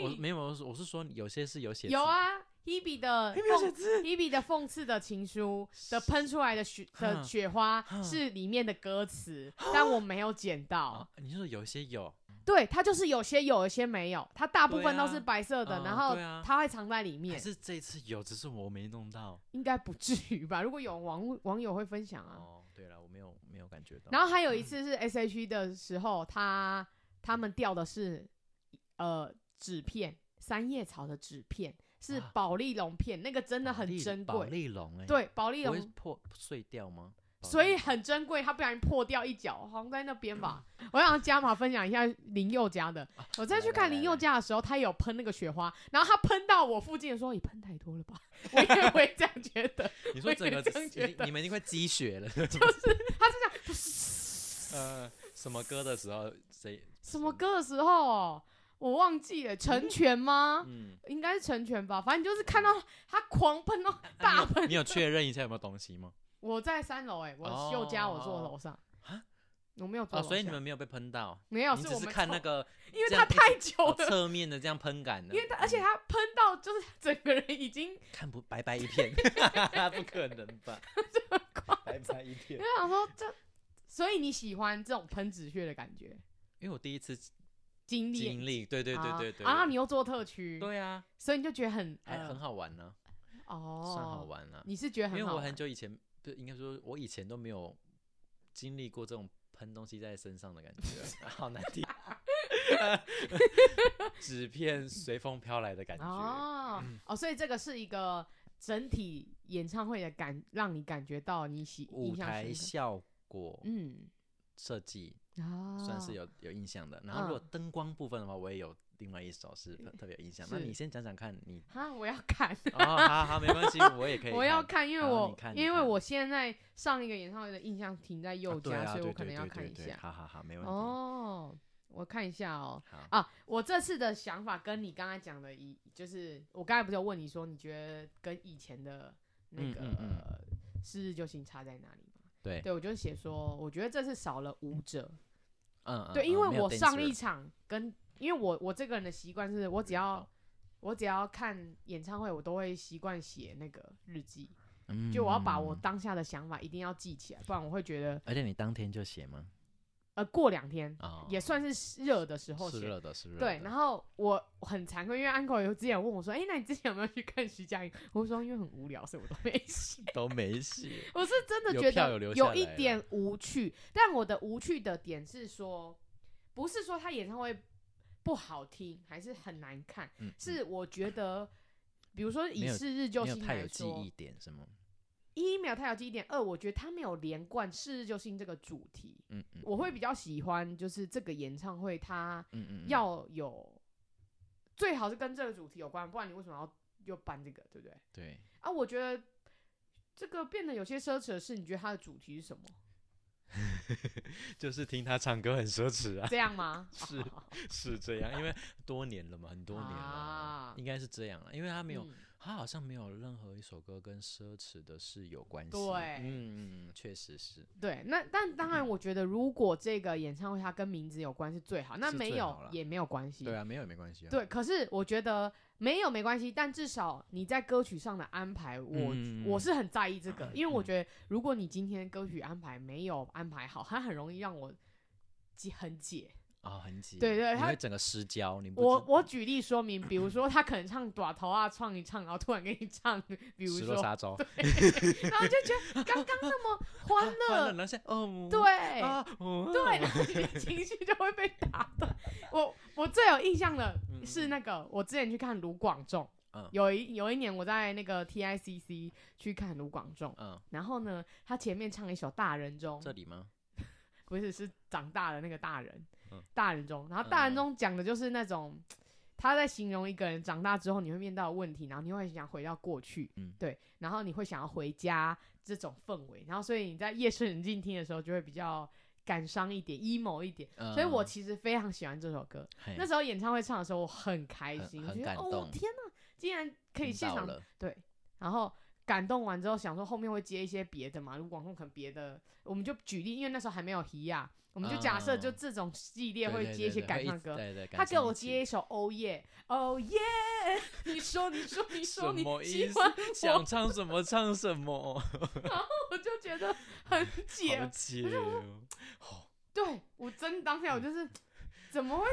Speaker 3: 我
Speaker 2: 定？
Speaker 3: 没有，我是我是说有些是有写
Speaker 2: 有
Speaker 3: 字，
Speaker 2: 啊，Hebe 的讽 Hebe 的讽刺的情书的喷出来的雪的
Speaker 3: 哼
Speaker 2: 雪花
Speaker 3: 哼
Speaker 2: 是里面的歌词，但我没有捡到
Speaker 3: 啊。，你是说有些有，
Speaker 2: 对，它就是有些有，有些没有，它大部
Speaker 3: 对
Speaker 2: 分都
Speaker 3: 啊
Speaker 2: 是白色的，
Speaker 3: 嗯
Speaker 2: 然后
Speaker 3: 对啊
Speaker 2: 它会藏在里
Speaker 3: 还
Speaker 2: 面，
Speaker 3: 是这一次有，只是我没弄到。
Speaker 2: 应该不至于吧？如果有网网友会分享啊。
Speaker 3: 哦，对了，我没有没有感觉到。
Speaker 2: 然后还有一次是 S H E 的时候，他他们掉的是呃纸片，三叶草的纸片。是
Speaker 3: 哇
Speaker 2: 保丽龙片，那个真的
Speaker 3: 宝
Speaker 2: 很
Speaker 3: 丽
Speaker 2: 珍
Speaker 3: 宝
Speaker 2: 贵。
Speaker 3: 丽龙哎，，
Speaker 2: 对，保丽
Speaker 3: 不会
Speaker 2: 龙，
Speaker 3: 破碎掉吗？宝
Speaker 2: 所
Speaker 3: 丽
Speaker 2: 以
Speaker 3: 龙
Speaker 2: 很珍贵。它不小心破掉一角，好像在那边吧。我想加码分享一下林宥嘉 的。我再去
Speaker 3: 来
Speaker 2: 看
Speaker 3: 来
Speaker 2: 林
Speaker 3: 来
Speaker 2: 宥
Speaker 3: 来
Speaker 2: 嘉的时候，他有喷那个雪花，然后他喷到我附近的时候，你喷太多了吧？ 我也会这样觉得。我
Speaker 3: 你说
Speaker 2: 也
Speaker 3: 整个
Speaker 2: 这样
Speaker 3: 已
Speaker 2: 觉
Speaker 3: 经
Speaker 2: 得
Speaker 3: 你们已经快积雪了。
Speaker 2: 他是这样，
Speaker 3: 呃，什么歌的时候谁？
Speaker 2: 什么歌的时候我忘记了，成全吗？
Speaker 3: 嗯，
Speaker 2: 应该是成全吧，反正就是看到他狂喷哦，大
Speaker 3: 啊你有
Speaker 2: 喷。
Speaker 3: 你有确认一下有没有 东西吗？
Speaker 2: 我在三楼哎、我宥嘉我坐
Speaker 3: 哦
Speaker 2: 楼上
Speaker 3: 啊，
Speaker 2: 我没有坐
Speaker 3: 哦，
Speaker 2: 楼下。
Speaker 3: 所以你们没有被喷到，
Speaker 2: 没有，
Speaker 3: 你
Speaker 2: 是
Speaker 3: 只
Speaker 2: 我
Speaker 3: 是
Speaker 2: 们
Speaker 3: 看
Speaker 2: 凑
Speaker 3: 那 个
Speaker 2: 因为
Speaker 3: 这
Speaker 2: 他
Speaker 3: 样
Speaker 2: 太久
Speaker 3: 哦
Speaker 2: 了，
Speaker 3: 侧嗯面的这样喷感 的，
Speaker 2: 因为他而且他喷到就是整个人已经，因
Speaker 3: 看不 白 白一片，不可能吧？白白一 片
Speaker 2: 为，想说这所以你喜欢这种喷止血的感觉
Speaker 3: 因为我第一次
Speaker 2: 经历？
Speaker 3: 经历，对对对
Speaker 2: 啊
Speaker 3: 对对，
Speaker 2: 然后你又做特区，，
Speaker 3: 对啊，
Speaker 2: 所以你就觉得很
Speaker 3: 还
Speaker 2: 呃
Speaker 3: 很好玩呢，
Speaker 2: 哦，
Speaker 3: 算好。玩了，
Speaker 2: 你是觉得
Speaker 3: 因
Speaker 2: 很
Speaker 3: 为
Speaker 2: 好
Speaker 3: 我
Speaker 2: 玩？
Speaker 3: 很久以前不是应该说，我以前都没有经历过这种喷东西在身上的感 觉，好难听，纸片随风飘来的感觉，嗯
Speaker 2: 哦哦，所以这个是一个整体演唱会的感，让你感觉到你喜
Speaker 3: 舞
Speaker 2: 印象
Speaker 3: 台
Speaker 2: 深刻
Speaker 3: 效果
Speaker 2: 嗯
Speaker 3: 设计
Speaker 2: 啊，
Speaker 3: 算是有有印象的。然后如果
Speaker 2: 嗯
Speaker 3: 灯光部分的话，我也有另外一首是特特别有印象。那
Speaker 2: 是
Speaker 3: 你先讲讲看你
Speaker 2: 哈，我要看，
Speaker 3: 哦，好好没关系，我也可以。
Speaker 2: 我要，看，因为
Speaker 3: 好
Speaker 2: 我
Speaker 3: 你看你
Speaker 2: 因为
Speaker 3: 看
Speaker 2: 我现在上一个演唱会的印象停在
Speaker 3: 啊
Speaker 2: 右
Speaker 3: 对
Speaker 2: 家，
Speaker 3: 啊
Speaker 2: 所以
Speaker 3: 对
Speaker 2: 我可
Speaker 3: 对
Speaker 2: 能要
Speaker 3: 对
Speaker 2: 看
Speaker 3: 对
Speaker 2: 一
Speaker 3: 对
Speaker 2: 下。
Speaker 3: 好好好，没问题。
Speaker 2: 哦，我看一下哦。
Speaker 3: 好，
Speaker 2: 啊，我这次的想法跟你刚才讲的一，就是我刚才不是有问你说，你觉得跟以前的那
Speaker 3: 嗯
Speaker 2: 个
Speaker 3: 嗯嗯
Speaker 2: 是日就行差在哪里吗？
Speaker 3: 对，
Speaker 2: 对，我就写说，我觉得这次少了舞者，
Speaker 3: 嗯嗯，
Speaker 2: 对，
Speaker 3: 嗯
Speaker 2: 因为
Speaker 3: 没有
Speaker 2: 我
Speaker 3: dancer
Speaker 2: 上一场跟，因为我我这个人的习惯是我只要
Speaker 3: 好
Speaker 2: 我只要看演唱会，我都会习惯写那个日记，
Speaker 3: 嗯嗯
Speaker 2: 就我要把我当下的想法一定要记起来，不然我会觉得，
Speaker 3: 而且你当天就写吗？
Speaker 2: 呃，过两天
Speaker 3: 啊，
Speaker 2: 也算是热的时候
Speaker 3: 是
Speaker 2: 写。
Speaker 3: 热的，是热的。
Speaker 2: 对，然后我很惭愧，因为 uncle 有之前有问我说：“哎、那你之前有没有去看徐佳莹？”我说：“因为很无聊，所以我都没 写。
Speaker 3: 都没写。
Speaker 2: 我是真的
Speaker 3: 有
Speaker 2: 觉
Speaker 3: 票
Speaker 2: 得
Speaker 3: 有留下
Speaker 2: 有
Speaker 3: 来
Speaker 2: 一
Speaker 3: 了
Speaker 2: 点无趣，但我的无趣的点是说，不是说他演唱会不好听，还是很难看，
Speaker 3: 嗯，
Speaker 2: 是我觉得，比如说以
Speaker 3: 没有
Speaker 2: 是日
Speaker 3: 嗯
Speaker 2: 就
Speaker 3: 没有
Speaker 2: 星
Speaker 3: 太
Speaker 2: 来
Speaker 3: 有记
Speaker 2: 说
Speaker 3: 忆，点是吗？
Speaker 2: 一秒太有记忆点，二我觉得他没有连贯是日就星这个主题，
Speaker 3: 嗯嗯
Speaker 2: 我会比较喜欢就是这个演唱会它
Speaker 3: 嗯嗯，嗯
Speaker 2: 要有，最好是跟这个主题有关，不然你为什么要又办这个，对不对？
Speaker 3: 对，
Speaker 2: 啊，我觉得这个变得有些奢侈的是，你觉得它的主题是什么？
Speaker 3: 就是听他唱歌很奢侈啊，
Speaker 2: 这样吗？哦
Speaker 3: 是是这样，因为多年了嘛，很多年了，
Speaker 2: 啊
Speaker 3: 应该是这样了，因为他没有，
Speaker 2: 嗯
Speaker 3: 他好像没有任何一首歌跟奢侈的事有关系。
Speaker 2: 对
Speaker 3: 嗯嗯嗯，确实是。
Speaker 2: 对，那但当
Speaker 3: 嗯
Speaker 2: 然，我觉得如果这个演唱会它跟名字有关是最好，那
Speaker 3: 是
Speaker 2: 没
Speaker 3: 最
Speaker 2: 有
Speaker 3: 好啦
Speaker 2: 也没有关系。
Speaker 3: 对啊，没有也没关系啊。
Speaker 2: 对，可是我觉得没有没关系，但至少你在歌曲上的安排，我、
Speaker 3: 嗯
Speaker 2: 我是很在意这 个，因为我觉得如果你今天歌曲安排没有安排好，它很容易让我解很解。
Speaker 3: 啊，很挤。
Speaker 2: 对对
Speaker 3: 你
Speaker 2: 他
Speaker 3: 会整个失焦，你不
Speaker 2: 我
Speaker 3: 知
Speaker 2: 我举例说明，比如说他可能唱短头啊，唱一唱，然后突然给你唱，比如
Speaker 3: 失
Speaker 2: 说
Speaker 3: 落，沙洲，
Speaker 2: 然后就觉得刚刚那么 欢乐，
Speaker 3: 然后现在哦，
Speaker 2: 对、
Speaker 3: 啊， 哦
Speaker 2: 对，然后你的情绪就会被打断。 我我最有印象的是那个，我之前去看卢广仲，
Speaker 3: 嗯
Speaker 2: 有一有一年我在那个 TICC 去看卢广仲，
Speaker 3: 嗯，
Speaker 2: 然后呢，他前面唱一首《大人中
Speaker 3: 这》，里吗？
Speaker 2: 不是是长大的那个大人，
Speaker 3: 嗯
Speaker 2: 大人中，然后大人中讲的就是那种。他在形容一个人长大之后你会面到的问题，然后你会想回到过去，
Speaker 3: 嗯
Speaker 2: 对，然后你会想要回家这种氛围，然后所以你在夜深人静听的时候就会比较感伤一点、emo 一点，
Speaker 3: 嗯
Speaker 2: 所以我其实非常喜欢这首歌。
Speaker 3: 那
Speaker 2: 那时候演唱会唱的时候，我很开
Speaker 3: 很
Speaker 2: 心，
Speaker 3: 哎很
Speaker 2: 我觉得
Speaker 3: 感
Speaker 2: 哦
Speaker 3: 动
Speaker 2: 天哪，竟然可以现场
Speaker 3: 了，
Speaker 2: 对，然后感动完之后，想说后面会接一些别的嘛，如果广控可能别的，我们就举例，因为那时候还没有提亚，我们就假设
Speaker 3: 嗯
Speaker 2: 就这种系
Speaker 3: 也
Speaker 2: 列会接一些感伤歌。
Speaker 3: 对对，
Speaker 2: 他
Speaker 3: 感
Speaker 2: 给
Speaker 3: 伤
Speaker 2: 我
Speaker 3: 一起
Speaker 2: 接一首《哦耶哦耶》， 你说你说你说
Speaker 3: 什
Speaker 2: 你
Speaker 3: 么
Speaker 2: 喜
Speaker 3: 意思
Speaker 2: 欢？我
Speaker 3: 想，唱什么唱什 么，
Speaker 2: 我就觉得很解
Speaker 3: 好解哦。
Speaker 2: 对我真当下我
Speaker 3: 嗯
Speaker 2: 就是怎么会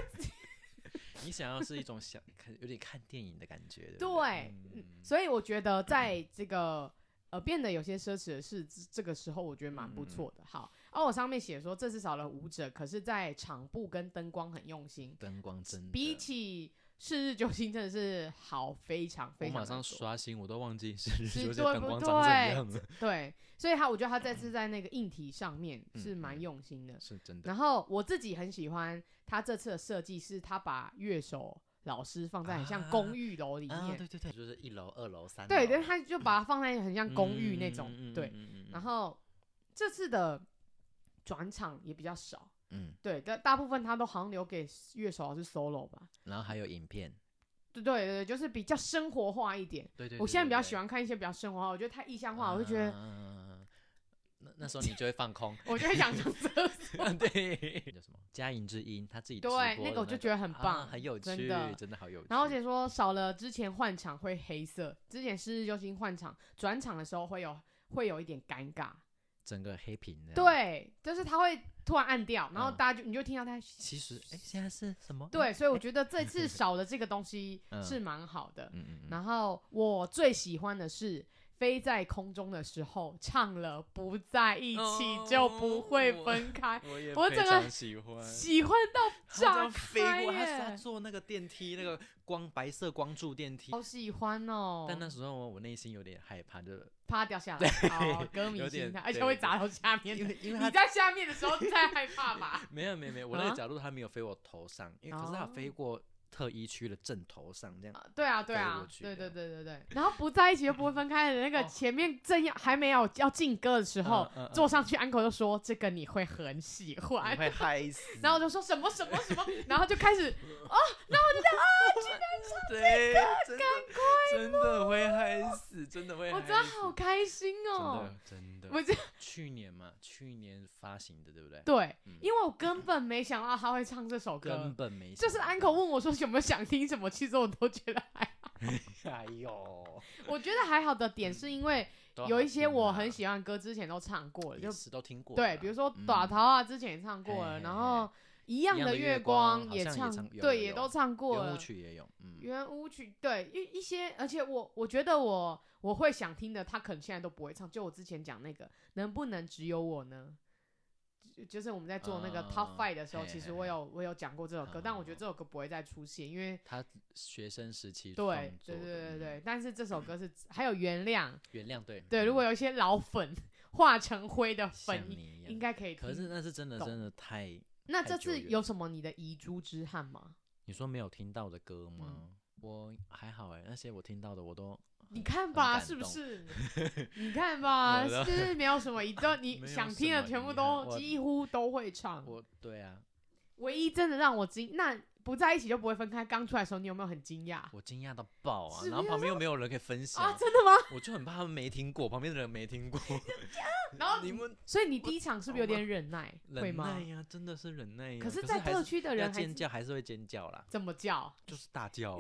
Speaker 3: 你想要是一种想看，有点看电影的感觉，对不
Speaker 2: 对
Speaker 3: 对，
Speaker 2: 嗯
Speaker 3: 嗯
Speaker 2: 所以我觉得在这个呃变得有些奢侈的是这这个时候，我觉得蛮不错的。好，哦，我上面写说这次少了舞者，可是在场布跟灯光很用心，
Speaker 3: 灯光真的
Speaker 2: 比起是日九星真的是好非常非
Speaker 3: 我
Speaker 2: 常。
Speaker 3: 马上刷新，我都忘记是
Speaker 2: 是
Speaker 3: 说这
Speaker 2: 对
Speaker 3: 灯
Speaker 2: 不
Speaker 3: 光长怎
Speaker 2: 对
Speaker 3: 样了，
Speaker 2: 对，所以他我觉得他这次在那个硬体上面是
Speaker 3: 嗯
Speaker 2: 蛮
Speaker 3: 嗯
Speaker 2: 用心的。
Speaker 3: 是真的。
Speaker 2: 然后我自己很喜欢他这次的设计，是他把乐手老师放在很像公寓楼里面，
Speaker 3: 啊，对对对，就是一楼、二楼、三楼，
Speaker 2: 对，但他就把它放在很像公寓那种，
Speaker 3: 嗯
Speaker 2: 对，。然，后这次的转场也比较少，
Speaker 3: 嗯嗯嗯嗯嗯，
Speaker 2: 对，但大部分他都好像留给乐手老师 solo 吧。
Speaker 3: 然后还有影片，
Speaker 2: 对对对，就是比较生活化一点。
Speaker 3: 对对，
Speaker 2: 我
Speaker 3: 对
Speaker 2: 现在比
Speaker 3: 对
Speaker 2: 较
Speaker 3: 对
Speaker 2: 喜欢看一些比较生活化，我觉得太意象化，
Speaker 3: 啊
Speaker 2: 我就觉 得，
Speaker 3: 那那时候你就会放空
Speaker 2: 我就会想上厕所。
Speaker 3: 对，叫什么？佳音之音，他自己直播
Speaker 2: 对，
Speaker 3: 的
Speaker 2: 那
Speaker 3: 那
Speaker 2: 个我就觉得很
Speaker 3: 啊
Speaker 2: 棒，
Speaker 3: 很有
Speaker 2: 真
Speaker 3: 趣，
Speaker 2: 的
Speaker 3: 真的好有趣。
Speaker 2: 然后而且说少了之前换场会黑色，之前是日救星换场转场的时候会有会有一点尴尬，
Speaker 3: 整个黑屏的。，
Speaker 2: 对，就是他会突然按掉，然后
Speaker 3: 嗯
Speaker 2: 大家就、你就听到他
Speaker 3: 其实哎、现在是什么？
Speaker 2: 对，
Speaker 3: 诶，
Speaker 2: 所以我觉得这次少了这个东西
Speaker 3: 嗯
Speaker 2: 是蛮好的。
Speaker 3: 嗯嗯嗯，
Speaker 2: 然后我最喜欢的是飞在空中的时候唱了“不在一起就不会分开
Speaker 3: 我也
Speaker 2: 我
Speaker 3: 非
Speaker 2: 整个
Speaker 3: 常喜”，欢。
Speaker 2: 喜欢到
Speaker 3: 他这样
Speaker 2: 炸
Speaker 3: 哦飞
Speaker 2: 开
Speaker 3: 过，他是他
Speaker 2: 耶！
Speaker 3: 坐那个电梯，那个光白色光柱电梯。
Speaker 2: 好喜欢哦！
Speaker 3: 但那时候我内心有点害怕，就是
Speaker 2: 啪掉下来，好歌迷
Speaker 3: 有
Speaker 2: 心
Speaker 3: 点
Speaker 2: 态，而且
Speaker 3: 对
Speaker 2: 会砸到下面
Speaker 3: 因
Speaker 2: 的。
Speaker 3: 为因为
Speaker 2: 你
Speaker 3: 他？
Speaker 2: 在下面的时候太害怕吧
Speaker 3: 没有没有没有，我那
Speaker 2: 啊
Speaker 3: 个角度他没有飞我头上，因为可是他
Speaker 2: 哦
Speaker 3: 飞过特一区的正头上这样。
Speaker 2: 啊对啊，对
Speaker 3: 飞
Speaker 2: 啊
Speaker 3: 过，去
Speaker 2: 对对
Speaker 3: 的
Speaker 2: 对对对。然后不在一起又不会分开的那个
Speaker 3: 哦
Speaker 2: 前面正要还没有要进歌的时候
Speaker 3: 嗯嗯，嗯
Speaker 2: 坐上去安可就说这个你会很喜
Speaker 3: 你
Speaker 2: 欢，。
Speaker 3: 会嗨死
Speaker 2: 然后我就说什么什么什 么，然后就开始
Speaker 3: 对，真的真的会嗨死，真的会
Speaker 2: 哦我
Speaker 3: 嗨
Speaker 2: 真
Speaker 3: 死。
Speaker 2: 的好开心哦！
Speaker 3: 真的真
Speaker 2: 我
Speaker 3: 的。
Speaker 2: 这
Speaker 3: 去年嘛，去年发行的，对不对？
Speaker 2: 对
Speaker 3: 嗯，
Speaker 2: 因为我根本没想到他会唱这首歌
Speaker 3: 根，本没想
Speaker 2: 就
Speaker 3: 到。
Speaker 2: 是安可问我说有没有想听什么，其实我都觉得还，
Speaker 3: 哎呦，
Speaker 2: 我觉得还好的点是因为
Speaker 3: 都
Speaker 2: 有
Speaker 3: 好
Speaker 2: 一些
Speaker 3: 听啊
Speaker 2: 我
Speaker 3: 啦
Speaker 2: 很喜欢的歌之前都唱过了，
Speaker 3: 也
Speaker 2: 就是
Speaker 3: 都听过啦。
Speaker 2: 对，比如说
Speaker 3: 嗯
Speaker 2: 《短桃》啊，之前也唱过了，
Speaker 3: 嘿
Speaker 2: 然
Speaker 3: 嘿
Speaker 2: 后《
Speaker 3: 嘿
Speaker 2: 一样
Speaker 3: 样
Speaker 2: 的
Speaker 3: 的月
Speaker 2: 光
Speaker 3: 光》好
Speaker 2: 也
Speaker 3: 像也
Speaker 2: 唱
Speaker 3: 唱，有
Speaker 2: 对，
Speaker 3: 有
Speaker 2: 也
Speaker 3: 有
Speaker 2: 都唱过
Speaker 3: 圆舞
Speaker 2: 了。
Speaker 3: 曲也有，嗯，
Speaker 2: 圆舞曲，对，一一些，而且我我觉得我我会想听的，他可能现在都不会唱。就我之前讲那个，能不能只有我呢？就就是我们在做那个
Speaker 3: 啊
Speaker 2: Top Five 的时候，
Speaker 3: 嘿
Speaker 2: 其实
Speaker 3: 嘿
Speaker 2: 我有我有讲过这首歌，但我觉得
Speaker 3: 啊
Speaker 2: 这首歌不会再出现，因为
Speaker 3: 他学生时期
Speaker 2: 对
Speaker 3: 创
Speaker 2: 对
Speaker 3: 作的
Speaker 2: 对对对
Speaker 3: 嗯，
Speaker 2: 但是这首歌是还有原谅，
Speaker 3: 原谅对
Speaker 2: 对，如果
Speaker 3: 嗯
Speaker 2: 有一些老粉 化成灰的
Speaker 3: 像
Speaker 2: 粉，
Speaker 3: 你一
Speaker 2: 应
Speaker 3: 样，
Speaker 2: 该可以听。
Speaker 3: 可是那是真的
Speaker 2: 懂
Speaker 3: 真的太，
Speaker 2: 那
Speaker 3: 太
Speaker 2: 这
Speaker 3: 久
Speaker 2: 次
Speaker 3: 远
Speaker 2: 有
Speaker 3: 了
Speaker 2: 什么你的遗珠之憾吗？
Speaker 3: 你说没有听到的歌
Speaker 2: 嗯
Speaker 3: 吗？我还好哎，那些我听到的我都
Speaker 2: 你看
Speaker 3: 嗯很
Speaker 2: 吧，
Speaker 3: 感
Speaker 2: 是不
Speaker 3: 动
Speaker 2: 是？你看吧，
Speaker 3: 我
Speaker 2: 就
Speaker 3: 的
Speaker 2: 是没有什么一 段你
Speaker 3: 没有
Speaker 2: 想
Speaker 3: 什
Speaker 2: 听的
Speaker 3: 么
Speaker 2: 全部
Speaker 3: 遗憾
Speaker 2: 都
Speaker 3: 我
Speaker 2: 几乎都会唱。
Speaker 3: 我对啊，
Speaker 2: 唯一真的让我惊，那不在一起就不会分开。刚出来的时候，你有没有很惊讶
Speaker 3: 我惊讶到爆啊，
Speaker 2: 是
Speaker 3: 然后
Speaker 2: 不是
Speaker 3: 旁边又没有人可以分享，
Speaker 2: 啊？真的 吗？
Speaker 3: 我就很怕他们没听过，旁边的人没听过，
Speaker 2: 然后
Speaker 3: 你们
Speaker 2: 所 以你第一场是不是有
Speaker 3: 懂吗
Speaker 2: 点忍耐？会
Speaker 3: 忍
Speaker 2: 吗
Speaker 3: 耐？呀，真的是忍耐呀。
Speaker 2: 可
Speaker 3: 是，
Speaker 2: 在特
Speaker 3: 还是
Speaker 2: 区的
Speaker 3: 要
Speaker 2: 人还
Speaker 3: 尖
Speaker 2: 是啊
Speaker 3: 叫还是会尖叫啦，
Speaker 2: 怎么叫？
Speaker 3: 就是大叫啊。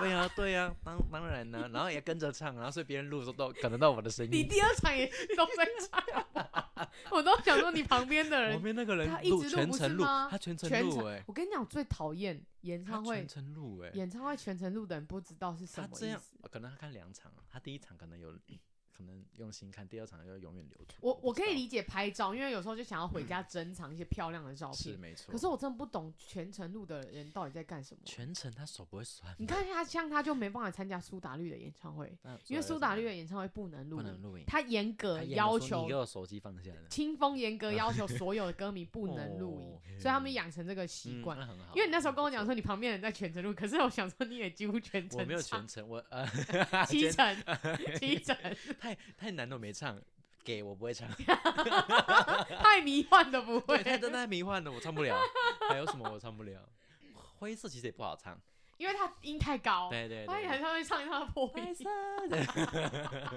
Speaker 3: 对呀、对呀、当当然呢、然后也跟着唱，然后所以别人录的时候都可能到我的声
Speaker 2: 你
Speaker 3: 音，
Speaker 2: 第二场也都在唱 吗，我都想说你旁边的
Speaker 3: 旁
Speaker 2: 人
Speaker 3: 边那个
Speaker 2: 他
Speaker 3: 人
Speaker 2: 一
Speaker 3: 录
Speaker 2: 直录
Speaker 3: 全
Speaker 2: 不
Speaker 3: 程
Speaker 2: 是
Speaker 3: 录，
Speaker 2: 吗
Speaker 3: 他全程
Speaker 2: 全
Speaker 3: 录
Speaker 2: 场
Speaker 3: 哎，，
Speaker 2: 我跟你讲，我最讨厌演
Speaker 3: 他
Speaker 2: 唱会
Speaker 3: 全，程录哎，
Speaker 2: 演唱会全程录的人不知道是什
Speaker 3: 他
Speaker 2: 么
Speaker 3: 这
Speaker 2: 意
Speaker 3: 样呃
Speaker 2: 思。
Speaker 3: 可能他看两场，啊他第一场可能有 可能用心看，第二场要永远留住。
Speaker 2: 我
Speaker 3: 不
Speaker 2: 我
Speaker 3: 知
Speaker 2: 可以
Speaker 3: 道嗯
Speaker 2: 理解拍照，因为有时候就想要回家珍藏一些漂亮的照
Speaker 3: 是
Speaker 2: 片。
Speaker 3: 没错，
Speaker 2: 可是我真的不懂全程录的人到底在干什么。
Speaker 3: 全程他手不会酸吗，
Speaker 2: 你看他像他就没办法参加苏打绿的演唱会，
Speaker 3: 那
Speaker 2: 因为
Speaker 3: 所以
Speaker 2: 苏打绿
Speaker 3: 为
Speaker 2: 的演唱会不能
Speaker 3: 什
Speaker 2: 录
Speaker 3: 么啊不
Speaker 2: 影，
Speaker 3: 能录影，
Speaker 2: 他严格
Speaker 3: 他严格
Speaker 2: 要
Speaker 3: 说你给
Speaker 2: 求，
Speaker 3: 我手机放下了，
Speaker 2: 清风严格要 求所有的歌迷不能录影
Speaker 3: 哦，
Speaker 2: 所以他们养成这个习
Speaker 3: 嗯
Speaker 2: 惯。
Speaker 3: 那很好。
Speaker 2: 因为你那时候跟我
Speaker 3: 不
Speaker 2: 讲
Speaker 3: 错，
Speaker 2: 说你旁边人在全程录，可是我想说你也几乎全程，
Speaker 3: 我没有全程，我呃
Speaker 2: 七
Speaker 3: 全
Speaker 2: 成七成，
Speaker 3: 太太难都没唱，给我不 会唱，
Speaker 2: 太迷幻的不会
Speaker 3: 对，，太真的太迷幻了，我唱不了。 还有什么我唱不了？灰色其实也不好唱，
Speaker 2: 因为他音太高，
Speaker 3: 对对
Speaker 2: 他也
Speaker 3: 对。
Speaker 2: 很会唱他的破音
Speaker 3: 灰。色的，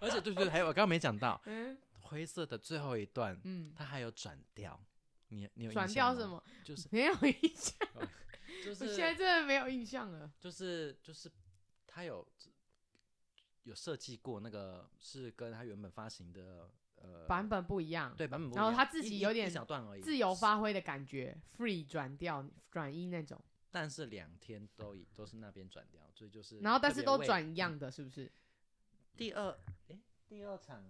Speaker 3: 而且对对，还有我刚刚没讲到
Speaker 2: 嗯
Speaker 3: 灰色的最后一段，
Speaker 2: 嗯，
Speaker 3: 它还有转调，你你有印
Speaker 2: 转
Speaker 3: 象啊
Speaker 2: 调什？
Speaker 3: 吗
Speaker 2: 么？
Speaker 3: 就是
Speaker 2: 没有印象，
Speaker 3: 就
Speaker 2: 我
Speaker 3: 是
Speaker 2: 现在真的没有印象了。
Speaker 3: 就是就是他有有设计过那个是跟他原本发行的呃
Speaker 2: 版本不一样，
Speaker 3: 对版本不一
Speaker 2: 然
Speaker 3: 样，
Speaker 2: 后他自己
Speaker 3: 一
Speaker 2: 有
Speaker 3: 一
Speaker 2: 点
Speaker 3: 一小段而已，
Speaker 2: 自由发挥的感觉，free 转调转音那种，
Speaker 3: 但是两天都以都是那边转掉，所以就是
Speaker 2: 然后但
Speaker 3: 特
Speaker 2: 是
Speaker 3: 别
Speaker 2: 都
Speaker 3: 为
Speaker 2: 转一样的，是不是？
Speaker 3: 第二诶第二场。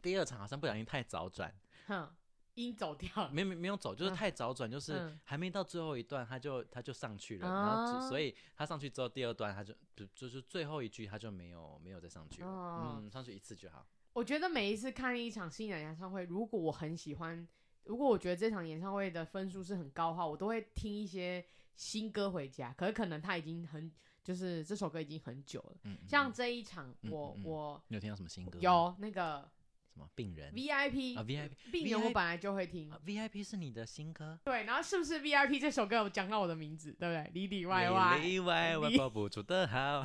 Speaker 3: 第二场好像不小心太早转，
Speaker 2: 哼，音走掉了。
Speaker 3: 没没没有走，就是
Speaker 2: 嗯
Speaker 3: 太早转，就是
Speaker 2: 嗯
Speaker 3: 还没到最后一段，他就他就上去了，然后
Speaker 2: 啊
Speaker 3: 就所以他上去之后，第二段他就就就是最后一句他就没有没有再上去了，
Speaker 2: 哦
Speaker 3: 嗯，上去一次就好，
Speaker 2: 我觉得每一次看一场新人演唱会，如果我很喜欢，如果我觉得这场演唱会的分数是很高的话，我都会听一些新歌回家。可是可能他已经很，就是这首歌已经很久了。
Speaker 3: 嗯，嗯
Speaker 2: 像
Speaker 3: 嗯
Speaker 2: 这一场，
Speaker 3: 嗯
Speaker 2: 我
Speaker 3: 嗯嗯
Speaker 2: 我
Speaker 3: 你有听到什么新歌吗？
Speaker 2: 有那个
Speaker 3: 什么病人
Speaker 2: VIP
Speaker 3: 啊，VIP
Speaker 2: 病人，我
Speaker 3: VIP
Speaker 2: 本来就会听。
Speaker 3: 啊 VIP 是你的新歌，
Speaker 2: 对，然后是不是 VIP 这首歌有讲到我的名字，对不对？里里外外，
Speaker 3: 里里外外
Speaker 2: 你
Speaker 3: 抱不住 的好。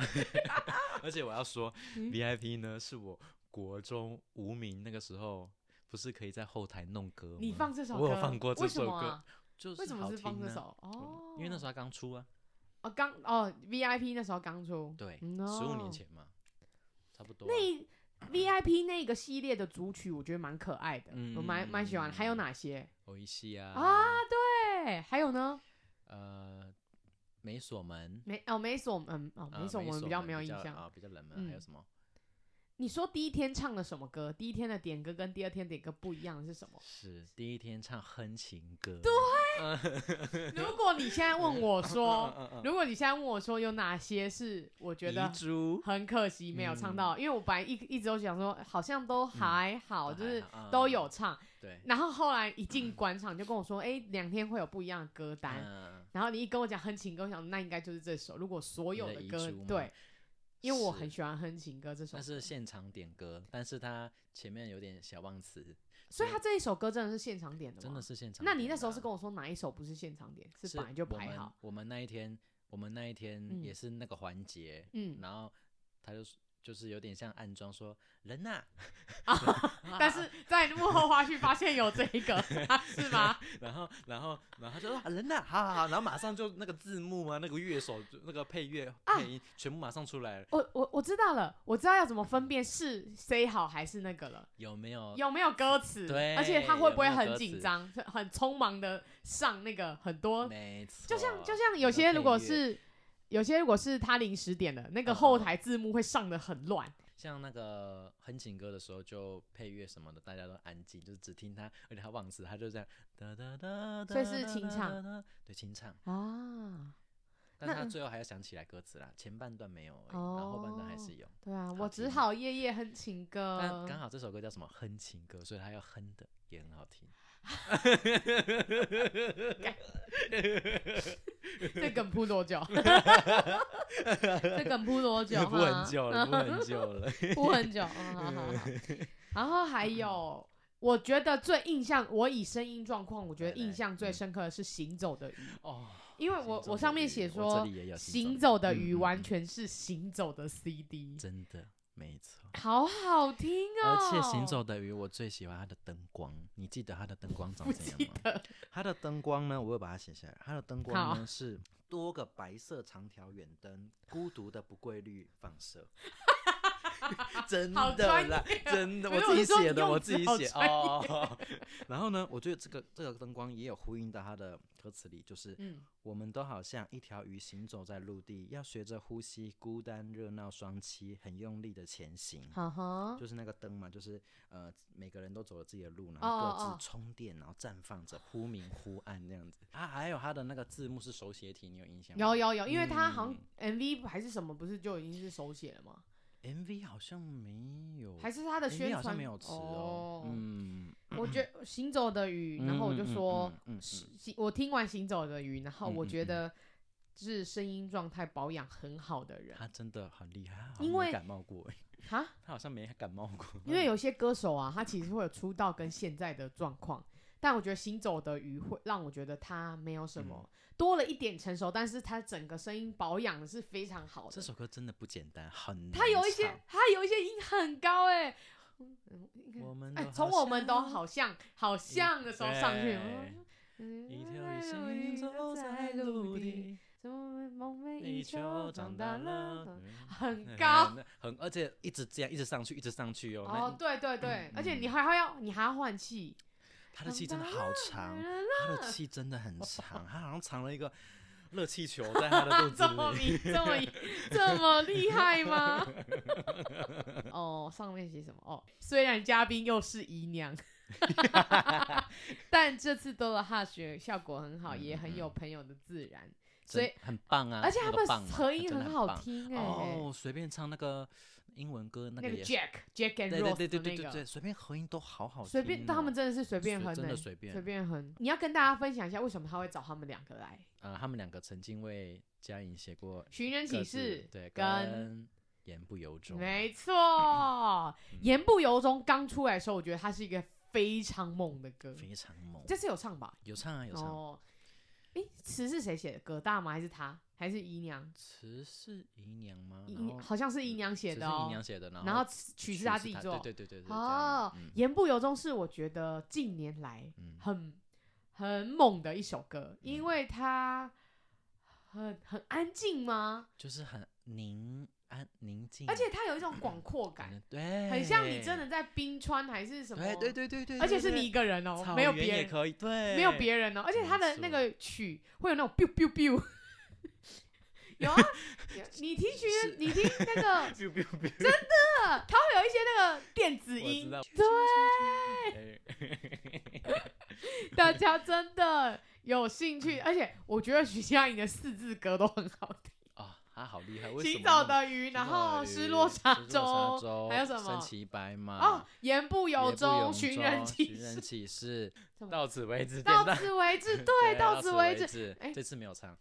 Speaker 3: 而且我要说
Speaker 2: 嗯
Speaker 3: ，VIP 呢是我国中无名那个时候，不是可以在后台弄歌吗？
Speaker 2: 你放这首歌，
Speaker 3: 我有放过这
Speaker 2: 为什
Speaker 3: 首
Speaker 2: 么
Speaker 3: 歌
Speaker 2: 啊，
Speaker 3: 就是
Speaker 2: 为什么
Speaker 3: 好
Speaker 2: 是放
Speaker 3: 听
Speaker 2: 这
Speaker 3: 啊
Speaker 2: 首？哦
Speaker 3: 嗯，因为那时候它刚出啊，
Speaker 2: 哦刚哦 VIP 那时候刚出，
Speaker 3: 对，
Speaker 2: 嗯
Speaker 3: 十五
Speaker 2: 哦
Speaker 3: 年前嘛，差不多啊。
Speaker 2: 那一 VIP 那个系列的组曲，我觉得蛮可爱的，
Speaker 3: 嗯
Speaker 2: 我蛮蛮喜欢的。还有
Speaker 3: 嗯
Speaker 2: 哪些
Speaker 3: 欧一西啊，
Speaker 2: 啊？对，还有呢？
Speaker 3: 呃，美锁门，
Speaker 2: 没哦，没锁嗯哦，
Speaker 3: 呃
Speaker 2: 没锁我们比较没有印象。
Speaker 3: 啊，比较冷门。还有
Speaker 2: 嗯
Speaker 3: 什么？？
Speaker 2: 你说第一天唱的什么歌？第一天的点歌跟第二天点歌不一样的是什么
Speaker 3: 是第一天唱哼情歌，对，
Speaker 2: 如果你现在问我
Speaker 3: 嗯嗯
Speaker 2: 说
Speaker 3: 嗯，
Speaker 2: 如果你现在问我说有哪些是我觉得
Speaker 3: 遗珠，
Speaker 2: 很可惜没有唱到，因为我本来一一直都想说好像都还好，
Speaker 3: 嗯都
Speaker 2: 就
Speaker 3: 还
Speaker 2: 是
Speaker 3: 好
Speaker 2: 都有唱，
Speaker 3: 对，
Speaker 2: 然后后来一进广场就跟我说，哎、两天会有不一样的歌单。
Speaker 3: 嗯，
Speaker 2: 然后你一跟我讲哼情歌，我想那应该就是这首。如果所有
Speaker 3: 你的遗
Speaker 2: 歌
Speaker 3: 珠吗
Speaker 2: 对，因为我很
Speaker 3: 是
Speaker 2: 喜欢哼情歌这首
Speaker 3: 那
Speaker 2: 歌，
Speaker 3: 是现场点歌，但是它前面有点小忘词，
Speaker 2: 所以他这一首歌真的是现场点的吗？
Speaker 3: 真的是现场点的
Speaker 2: 那
Speaker 3: 啊。
Speaker 2: 你那时候是跟我说哪一首不是现场点，
Speaker 3: 是
Speaker 2: 本来就
Speaker 3: 我
Speaker 2: 排
Speaker 3: 们
Speaker 2: 好？。
Speaker 3: 我们那一天，我们那一天
Speaker 2: 嗯
Speaker 3: 也是那个环节，
Speaker 2: 嗯，
Speaker 3: 然后他就就是有点像暗装说 人呐、
Speaker 2: 但是在幕后花絮发现有这 一个，啊是吗？
Speaker 3: 然后然后然后他就说啊人呐、好好好，然后马上就那个字幕啊，那个乐手就那个配乐
Speaker 2: 啊
Speaker 3: 配音、全部马上出来了，
Speaker 2: 我我我知道了，我知道要怎么分辨是 say 好还是那个了。
Speaker 3: 有没有？
Speaker 2: 有没有歌词？
Speaker 3: 对
Speaker 2: 而且他会不会
Speaker 3: 有没有
Speaker 2: 很
Speaker 3: 歌
Speaker 2: 紧
Speaker 3: 词
Speaker 2: 张，是很匆忙的上那个很多？
Speaker 3: 没错，
Speaker 2: 就像就像
Speaker 3: 那
Speaker 2: 有些
Speaker 3: 配
Speaker 2: 如果
Speaker 3: 乐
Speaker 2: 是有些如果是他临时点的那个
Speaker 3: 嗯
Speaker 2: 后
Speaker 3: 嗯
Speaker 2: 台字幕会上的很乱，
Speaker 3: 像那个哼情歌的时候，就配乐什么的，大家都安静，就是只听他，而且他忘词，他就这样哒哒哒哒，
Speaker 2: 所以是清唱
Speaker 3: 哒，哒对清唱，
Speaker 2: 啊。
Speaker 3: 但是他
Speaker 2: 那
Speaker 3: 最后还要想起来歌词啦，前半段没有而已，然后后半段还是有。
Speaker 2: 对啊，
Speaker 3: 好
Speaker 2: 我只
Speaker 3: 听
Speaker 2: 好夜夜哼情歌。
Speaker 3: 但刚好这首歌叫什么哼情歌，所以他要哼的也很好听。
Speaker 2: 这梗铺多 久？这梗铺多久？
Speaker 3: 不很
Speaker 2: 哈
Speaker 3: 久了，不很久 了。
Speaker 2: 哭很久，嗯，好好好。 然后还有，我觉得最印象，我以声音状况，我觉得
Speaker 3: 来来
Speaker 2: 印象最
Speaker 3: 嗯
Speaker 2: 深刻的是行走的鱼，
Speaker 3: 哦，
Speaker 2: 因为
Speaker 3: 行
Speaker 2: 我
Speaker 3: 走
Speaker 2: 我
Speaker 3: 的
Speaker 2: 上面
Speaker 3: 鱼
Speaker 2: 写
Speaker 3: 我这
Speaker 2: 说
Speaker 3: 里也有行走
Speaker 2: 行走的
Speaker 3: 嗯
Speaker 2: 鱼
Speaker 3: 嗯
Speaker 2: 完
Speaker 3: 嗯
Speaker 2: 全是行走的 CD，
Speaker 3: 真的没错。
Speaker 2: 好好听哦。
Speaker 3: 而且行走的鱼，我最喜欢它的灯光。你记得它的灯光长
Speaker 2: 不
Speaker 3: 怎
Speaker 2: 记
Speaker 3: 样吗？啊
Speaker 2: 得，
Speaker 3: 它的灯光呢，我会把它写下来。它的灯
Speaker 2: 好
Speaker 3: 光呢是多个白色长条远灯，孤独的不规律放射。 真
Speaker 2: 好
Speaker 3: 的
Speaker 2: 专
Speaker 3: 啦，真的，
Speaker 2: 没
Speaker 3: 我
Speaker 2: 有
Speaker 3: 自
Speaker 2: 我
Speaker 3: 己
Speaker 2: 说
Speaker 3: 写
Speaker 2: 你
Speaker 3: 的，
Speaker 2: 用
Speaker 3: 我
Speaker 2: 词
Speaker 3: 自己
Speaker 2: 好
Speaker 3: 写
Speaker 2: 专业
Speaker 3: 哦。 然后呢，我觉得这个这个灯光也有呼应到它的歌词里，就是
Speaker 2: 嗯，
Speaker 3: 我们都好像一条鱼行走在陆地，要学着呼吸，孤单、热闹、双栖，很用力的前行。
Speaker 2: 好哈，
Speaker 3: 就是那个灯嘛，就是呃，每个人都走了自己的路，然
Speaker 2: 哦
Speaker 3: 后
Speaker 2: 哦
Speaker 3: 各
Speaker 2: 哦
Speaker 3: 自充电，然后绽放着，忽明忽暗 这样子。啊，还有它的那个字幕是手写体，你有印象吗？
Speaker 2: 有有有，因为他好
Speaker 3: 嗯
Speaker 2: 像 MV 还是什么，不是就已经是手写了吗？
Speaker 3: MV 好像没有，
Speaker 2: 还是他的
Speaker 3: MV
Speaker 2: 宣
Speaker 3: 好像
Speaker 2: 传
Speaker 3: 没有词
Speaker 2: 哦
Speaker 3: 哦。嗯，
Speaker 2: 我觉得《行走的鱼》，然后我就说，
Speaker 3: 嗯嗯嗯嗯嗯
Speaker 2: 是行我听完《行走的鱼》，然后
Speaker 3: 嗯
Speaker 2: 我
Speaker 3: 嗯
Speaker 2: 觉
Speaker 3: 嗯
Speaker 2: 得是声音状态保养很好的人
Speaker 3: 他真的很厉害，他好
Speaker 2: 嗯
Speaker 3: 像
Speaker 2: 因
Speaker 3: 没
Speaker 2: 为
Speaker 3: 感冒过欸，
Speaker 2: 哈，
Speaker 3: 他好像没感冒过，
Speaker 2: 因为有些歌手啊，他其实会有出道跟现在的状况，但我觉得《行走的鱼》会让我觉得他没有什
Speaker 3: 嗯
Speaker 2: 么、多了一点成熟，但是他整个声音保养是非常好
Speaker 3: 这
Speaker 2: 的。
Speaker 3: 首歌真的不简单，很
Speaker 2: 他有
Speaker 3: 难
Speaker 2: 一些
Speaker 3: 唱，
Speaker 2: 他有一些音很高哎、
Speaker 3: 我们
Speaker 2: 哎
Speaker 3: 都
Speaker 2: 从
Speaker 3: 嗯好
Speaker 2: 我们都
Speaker 3: 像
Speaker 2: 好像好像的时候上去，
Speaker 3: 对
Speaker 2: 嗯
Speaker 3: 一条鱼行走在陆，地，
Speaker 2: 怎么梦寐以
Speaker 3: 地
Speaker 2: 求
Speaker 3: 球
Speaker 2: 长
Speaker 3: 长
Speaker 2: 大
Speaker 3: 大
Speaker 2: 了
Speaker 3: 了，
Speaker 2: 长，
Speaker 3: 嗯
Speaker 2: 很高。，
Speaker 3: 很而且一直这样一直上去，一直上去哦。
Speaker 2: 哦，
Speaker 3: 那
Speaker 2: 对对对，而且你还要你还要换气，
Speaker 3: 他的气真的好长，他的气真的很长，他好像藏了一个热气球在 他的肚 子
Speaker 2: 这么
Speaker 3: 里。
Speaker 2: 厉，这么这么厉害 吗？哦，上面写什么？哦，虽然嘉宾又是姨 娘，但这次多了哈学效果很好，
Speaker 3: 嗯
Speaker 2: 也很
Speaker 3: 嗯
Speaker 2: 有朋友的自然，所
Speaker 3: 真
Speaker 2: 以
Speaker 3: 很棒啊，
Speaker 2: 而且他
Speaker 3: 那个
Speaker 2: 们
Speaker 3: 棒啊
Speaker 2: 合音
Speaker 3: 真
Speaker 2: 很
Speaker 3: 的很
Speaker 2: 好
Speaker 3: 棒
Speaker 2: 听哎，
Speaker 3: 哦，随便唱那个英文歌那
Speaker 2: 那个
Speaker 3: 个也是，
Speaker 2: Jack Jack and
Speaker 3: 对对
Speaker 2: Rose 的
Speaker 3: 对对对
Speaker 2: 那
Speaker 3: 对
Speaker 2: 个
Speaker 3: 对，。随便合音都好好听哦，
Speaker 2: 随便，他们真的是随便哼、欸，
Speaker 3: 真的随便
Speaker 2: 随便哼。你要跟大家分享一下，为什么他会找他们两个来？
Speaker 3: 呃，他们两个曾经为嘉颖写过
Speaker 2: 寻人
Speaker 3: 各
Speaker 2: 启
Speaker 3: 自
Speaker 2: 事，
Speaker 3: 对，嗯
Speaker 2: 跟
Speaker 3: 跟言不由衷，
Speaker 2: 没
Speaker 3: 嗯
Speaker 2: 错，言不由衷刚出来的时候，我觉得它是一个非常猛的歌，
Speaker 3: 非常猛。
Speaker 2: 这次有唱吧？
Speaker 3: 有唱啊，有唱。
Speaker 2: 哦，诶，词是谁写的？葛大吗？还是他？还是姨娘？
Speaker 3: 词是姨娘吗？
Speaker 2: 姨
Speaker 3: 然后
Speaker 2: 好像是姨娘写
Speaker 3: 词
Speaker 2: 的
Speaker 3: 是姨
Speaker 2: 哦
Speaker 3: 娘。写的，然
Speaker 2: 然
Speaker 3: 后
Speaker 2: 后词曲是他自己做。
Speaker 3: 对对对对对。
Speaker 2: 哦
Speaker 3: 这样，嗯
Speaker 2: 言不由衷是我觉得近年来
Speaker 3: 嗯
Speaker 2: 很很猛的一首歌，因为它很很安静吗？
Speaker 3: 就是很宁安宁静，
Speaker 2: 而且它有一种广阔感，
Speaker 3: 嗯对，
Speaker 2: 很像你真的在冰川还是什么，
Speaker 3: 对对对对对，
Speaker 2: 而且
Speaker 3: 对
Speaker 2: 是
Speaker 3: 对
Speaker 2: 你一个人哦、
Speaker 3: 草
Speaker 2: 没有
Speaker 3: 原
Speaker 2: 别
Speaker 3: 也
Speaker 2: 人，
Speaker 3: 可以，对，
Speaker 2: 没有别人哦、而且
Speaker 3: 没
Speaker 2: 它的那
Speaker 3: 错
Speaker 2: 个曲会有那种 biu biu biu，有啊，有你听觉
Speaker 3: 是
Speaker 2: 你听那个
Speaker 3: biu biu biu，
Speaker 2: 呃，它会有一些那个电子
Speaker 3: 我
Speaker 2: 音
Speaker 3: 知道，
Speaker 2: 对，大家真的有兴趣，而且我觉得徐佳莹的四字歌都很好听，
Speaker 3: 啊，他好厉害，为什
Speaker 2: 洗
Speaker 3: 么
Speaker 2: 澡
Speaker 3: 那么
Speaker 2: 的鱼，然后失落沙
Speaker 3: 失落沙
Speaker 2: 洲，
Speaker 3: 洲，
Speaker 2: 还有什么
Speaker 3: 身？骑白马，
Speaker 2: 哦，言不由
Speaker 3: 野啊不
Speaker 2: 衷，
Speaker 3: 由
Speaker 2: 寻人
Speaker 3: 衷
Speaker 2: 启
Speaker 3: 寻
Speaker 2: 事
Speaker 3: 人。启 事
Speaker 2: 什么，
Speaker 3: 到此为止，
Speaker 2: 到
Speaker 3: 简单
Speaker 2: 此为止，
Speaker 3: 对，
Speaker 2: 到此为
Speaker 3: 止
Speaker 2: 止。哎
Speaker 3: 这次没有唱，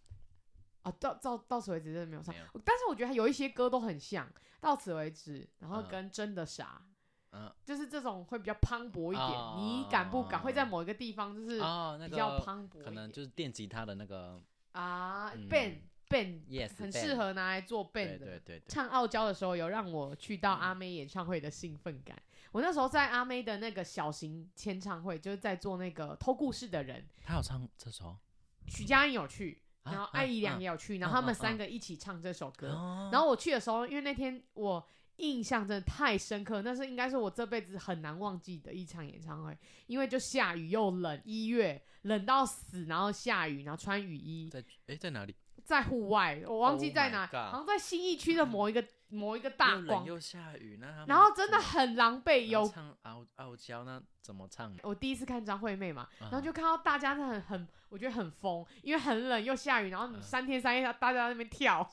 Speaker 2: 啊，到到到此为止真的没有唱
Speaker 3: 没有，
Speaker 2: 但是我觉得有一些歌都很像，到此为止，然后
Speaker 3: 嗯
Speaker 2: 跟真的傻，
Speaker 3: 嗯，
Speaker 2: 就是这种会比较磅礴一点，你敢不敢会在某一个地方就是
Speaker 3: 哦，那
Speaker 2: 比较
Speaker 3: 个
Speaker 2: 磅礴一点，
Speaker 3: 可能就是电吉他的那个
Speaker 2: 啊
Speaker 3: 嗯
Speaker 2: ，band band
Speaker 3: yes，
Speaker 2: 很
Speaker 3: band
Speaker 2: 适，合拿来做 band
Speaker 3: 对
Speaker 2: 的。
Speaker 3: 对对对，
Speaker 2: 唱傲娇的时候，有让我去
Speaker 3: 嗯
Speaker 2: 到阿妹演唱会的兴奋感。我那时候在阿妹的那个小型签唱会，就是在做那个偷故事的人，
Speaker 3: 他有唱这首，
Speaker 2: 许佳莹有去，
Speaker 3: 啊
Speaker 2: 然后
Speaker 3: 啊
Speaker 2: 艾怡良
Speaker 3: 啊哦
Speaker 2: 也有去，然后他们
Speaker 3: 啊
Speaker 2: 三个一起唱这首歌。
Speaker 3: 然
Speaker 2: 然后我去的时候，因为那天我印象真的太深刻，那是应该是我这辈子很难忘记的一场演唱会，因为就下雨又冷，一月冷到死，然后下雨，然后穿雨衣，
Speaker 3: 在哎在哪里？
Speaker 2: 在户外，我忘记
Speaker 3: Oh
Speaker 2: 在
Speaker 3: my
Speaker 2: 哪
Speaker 3: God
Speaker 2: 好像在新义区的某一个某一个大
Speaker 3: 又冷
Speaker 2: 广
Speaker 3: 又下雨，那他们
Speaker 2: 然后真的
Speaker 3: 怎么
Speaker 2: 很狼狈，
Speaker 3: 然后
Speaker 2: 有
Speaker 3: 唱傲傲娇，那怎么唱？
Speaker 2: 我第一次看张惠妹嘛，然后
Speaker 3: 嗯
Speaker 2: 就看到大家真的很很，我觉得很疯，因为很冷又下雨，然后你
Speaker 3: 嗯
Speaker 2: 三天三夜大家在那边 跳，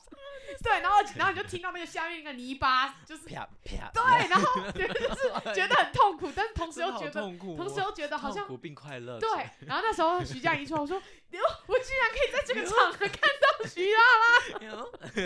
Speaker 2: 对，然后然后你就听到那个下面那个泥巴，就是
Speaker 3: 啪啊啪，
Speaker 2: 对， 然后觉得
Speaker 3: 对
Speaker 2: 觉得很痛苦，但是同时又
Speaker 3: 真的好
Speaker 2: 觉得，
Speaker 3: 痛苦哦，
Speaker 2: 同时又觉得好像
Speaker 3: 痛苦并快乐
Speaker 2: 对
Speaker 3: 着，
Speaker 2: 然后那时候徐佳莹说，我说，哟，我居然可以在这个场合看到徐啊，
Speaker 3: 哎呦，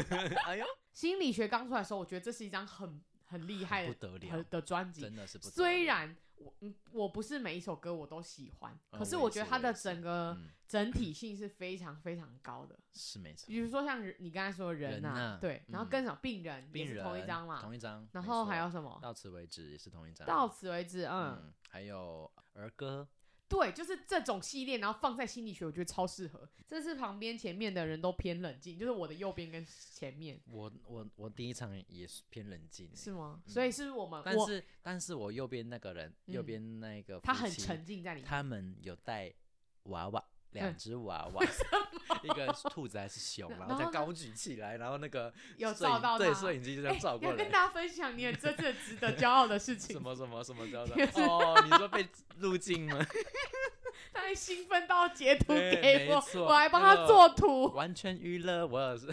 Speaker 3: 哎呦，
Speaker 2: 心理学刚出来的时候，我觉得这是一张很很厉害
Speaker 3: 不
Speaker 2: 的
Speaker 3: 得了
Speaker 2: 很，的专辑，
Speaker 3: 真的是不得
Speaker 2: 虽
Speaker 3: 了，
Speaker 2: 然我嗯我不是每一首歌我都喜欢，
Speaker 3: 呃
Speaker 2: 可是
Speaker 3: 我也
Speaker 2: 我觉得
Speaker 3: 是
Speaker 2: 它
Speaker 3: 我
Speaker 2: 的
Speaker 3: 也是
Speaker 2: 整个
Speaker 3: 嗯，
Speaker 2: 整体性是非常非常高的。
Speaker 3: 是没错
Speaker 2: 比。如说像人你刚才说的人
Speaker 3: 人
Speaker 2: 呐、
Speaker 3: 呐
Speaker 2: 对，然后
Speaker 3: 嗯
Speaker 2: 跟什么病人也
Speaker 3: 病
Speaker 2: 是
Speaker 3: 人
Speaker 2: 同一张嘛，
Speaker 3: 同一张，
Speaker 2: 然
Speaker 3: 没
Speaker 2: 后还
Speaker 3: 错
Speaker 2: 有什么？
Speaker 3: 到此为止也是同一张，
Speaker 2: 到此为止，嗯，
Speaker 3: 嗯，还有儿歌，
Speaker 2: 对，就是这种系列，然后放在心理学，我觉得超适合。这次旁边前面的人都偏冷静，就是我的右边跟前面，
Speaker 3: 我我我第一场也是偏冷静欸，
Speaker 2: 是吗？
Speaker 3: 嗯
Speaker 2: 所以是我们，
Speaker 3: 但
Speaker 2: 我
Speaker 3: 是但是我右边那个人，右
Speaker 2: 嗯
Speaker 3: 边那个
Speaker 2: 他
Speaker 3: 夫
Speaker 2: 很
Speaker 3: 妻
Speaker 2: 沉浸在里面，
Speaker 3: 他们有带娃娃，两
Speaker 2: 嗯
Speaker 3: 只 娃娃，一个是兔子还是熊，啊
Speaker 2: 然
Speaker 3: 然后再
Speaker 2: 后呢
Speaker 3: 高举起来，然后那个
Speaker 2: 有
Speaker 3: 摄
Speaker 2: 照
Speaker 3: 影
Speaker 2: 到
Speaker 3: 对，
Speaker 2: 他
Speaker 3: 摄影机就这
Speaker 2: 哎，
Speaker 3: 样照
Speaker 2: 要
Speaker 3: 过
Speaker 2: 跟
Speaker 3: 来。
Speaker 2: 大家分享你很真正值得骄傲的事情
Speaker 3: 什。么什么什么叫做
Speaker 2: 就是
Speaker 3: 哦？你说被入境吗？
Speaker 2: 太兴奋到截图
Speaker 3: 对
Speaker 2: 给
Speaker 3: 没
Speaker 2: 我，
Speaker 3: 错
Speaker 2: 我还帮
Speaker 3: 那
Speaker 2: 他
Speaker 3: 个
Speaker 2: 做图，
Speaker 3: 完全娱乐，我是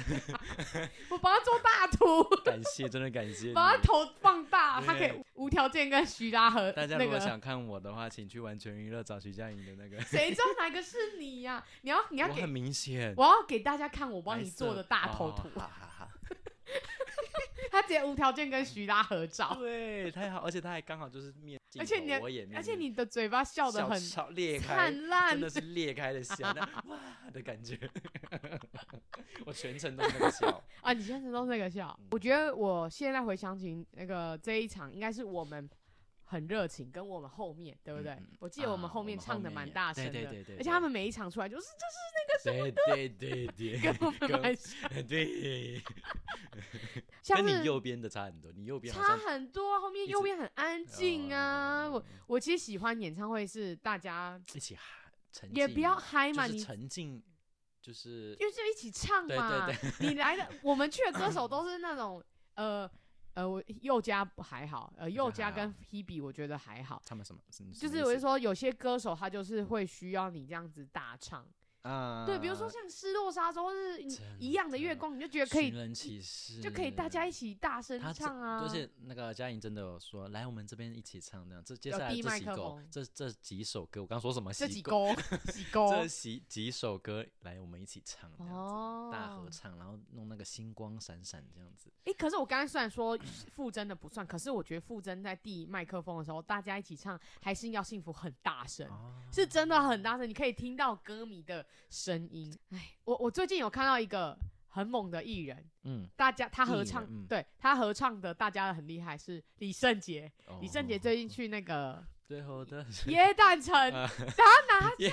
Speaker 2: 我帮他做大 图，
Speaker 3: 感谢，真的感谢你。
Speaker 2: 把他头放大，他可以
Speaker 3: 对
Speaker 2: 无条件跟徐拉 和
Speaker 3: 大家
Speaker 2: 那
Speaker 3: 如果
Speaker 2: 个。，
Speaker 3: 想看我的话，请去完全娱乐找徐佳莹的那个
Speaker 2: 谁知道哪个是你 呀、你要你要
Speaker 3: 我
Speaker 2: 给
Speaker 3: 很明显，
Speaker 2: 我要给大家看我帮
Speaker 3: 白
Speaker 2: 你做
Speaker 3: 色
Speaker 2: 的大头图
Speaker 3: 哦，哈哈哈。
Speaker 2: 他直接无条件跟徐拉合照，
Speaker 3: 对，太好，而且他还刚好就是面镜
Speaker 2: 哦
Speaker 3: 头，
Speaker 2: 而且你的
Speaker 3: 我也面
Speaker 2: 而且
Speaker 3: 镜
Speaker 2: 你的嘴巴笑得
Speaker 3: 笑
Speaker 2: 很
Speaker 3: 超裂开，
Speaker 2: 灿
Speaker 3: 真
Speaker 2: 烂
Speaker 3: 的，是裂开的笑，那 哇的感觉，我全程都在那个 笑，
Speaker 2: 啊，你现在都那个笑。
Speaker 3: 嗯
Speaker 2: 我觉得我现在回想起那个这一场，应该是我们很热情，跟我们后面对不对？
Speaker 3: 嗯嗯
Speaker 2: 我记得我们
Speaker 3: 啊
Speaker 2: 后
Speaker 3: 我们
Speaker 2: 面
Speaker 3: 后
Speaker 2: 唱的
Speaker 3: 面
Speaker 2: 蛮
Speaker 3: 也
Speaker 2: 大声
Speaker 3: 对
Speaker 2: 的，
Speaker 3: 对对对
Speaker 2: 而且他
Speaker 3: 对
Speaker 2: 们每一场出来就是
Speaker 3: 对对对对，
Speaker 2: 这是跟我们蛮
Speaker 3: 跟对，
Speaker 2: 像
Speaker 3: 跟
Speaker 2: 是
Speaker 3: 你右边的差很多，你右边好
Speaker 2: 差
Speaker 3: 像
Speaker 2: 很多，后面
Speaker 3: 一
Speaker 2: 右
Speaker 3: 直
Speaker 2: 边很安静啊。我
Speaker 3: 哦
Speaker 2: 我其实喜欢演唱会是大家
Speaker 3: 一起嗨沉
Speaker 2: 也
Speaker 3: 浸
Speaker 2: 不要
Speaker 3: 嘛
Speaker 2: 嗨嘛，
Speaker 3: 就
Speaker 2: 你
Speaker 3: 是沉浸，就是
Speaker 2: 因为就一起唱
Speaker 3: 对对
Speaker 2: 嘛。你来 的，我们去的歌手都是那种呃呃，我佑嘉不还好，呃
Speaker 3: 觉得
Speaker 2: 佑嘉
Speaker 3: 还好
Speaker 2: 跟 Hebe 我觉得还好。
Speaker 3: 他们什么，你什
Speaker 2: 就
Speaker 3: 么
Speaker 2: 是
Speaker 3: 意
Speaker 2: 我就
Speaker 3: 思
Speaker 2: 说，有些歌手他就是会需要你这样子大唱，
Speaker 3: 啊，
Speaker 2: 对，比如说像《失落沙洲》或是你
Speaker 3: 真
Speaker 2: 一样的
Speaker 3: 的
Speaker 2: 月光，你就觉得可以
Speaker 3: 寻，人启事，
Speaker 2: 就可以大家一起大声
Speaker 3: 他这
Speaker 2: 唱啊。
Speaker 3: 而且那个嘉颖真的有说，来我们这边一起唱那样。这接
Speaker 2: 有
Speaker 3: 下来
Speaker 2: 递
Speaker 3: 这
Speaker 2: 麦
Speaker 3: 几
Speaker 2: 克
Speaker 3: 首
Speaker 2: 风，
Speaker 3: 这这几首歌，我刚说什么？
Speaker 2: 这
Speaker 3: 几
Speaker 2: 几勾 几勾
Speaker 3: 这几几首歌，来我们一起唱这样子，
Speaker 2: 哦，
Speaker 3: 大合唱，然后弄那个星光闪闪这样子。
Speaker 2: 诶，可是我刚才虽然说傅真的不算，可是我觉得傅真在递麦克风的时候，大家一起唱《还是要幸福》很大声，
Speaker 3: 哦，
Speaker 2: 是真的很大声，你可以听到歌迷的声音。哎，我我最近有看到一个很猛的艺人，
Speaker 3: 嗯，
Speaker 2: 大家他合
Speaker 3: 艺人
Speaker 2: 唱，
Speaker 3: 嗯
Speaker 2: 对他合唱的大家很厉害，是李圣杰。
Speaker 3: 哦
Speaker 2: 李圣杰最近去那个
Speaker 3: 最后的
Speaker 2: 耶诞 城，
Speaker 3: 啊
Speaker 2: 他拿
Speaker 3: 耶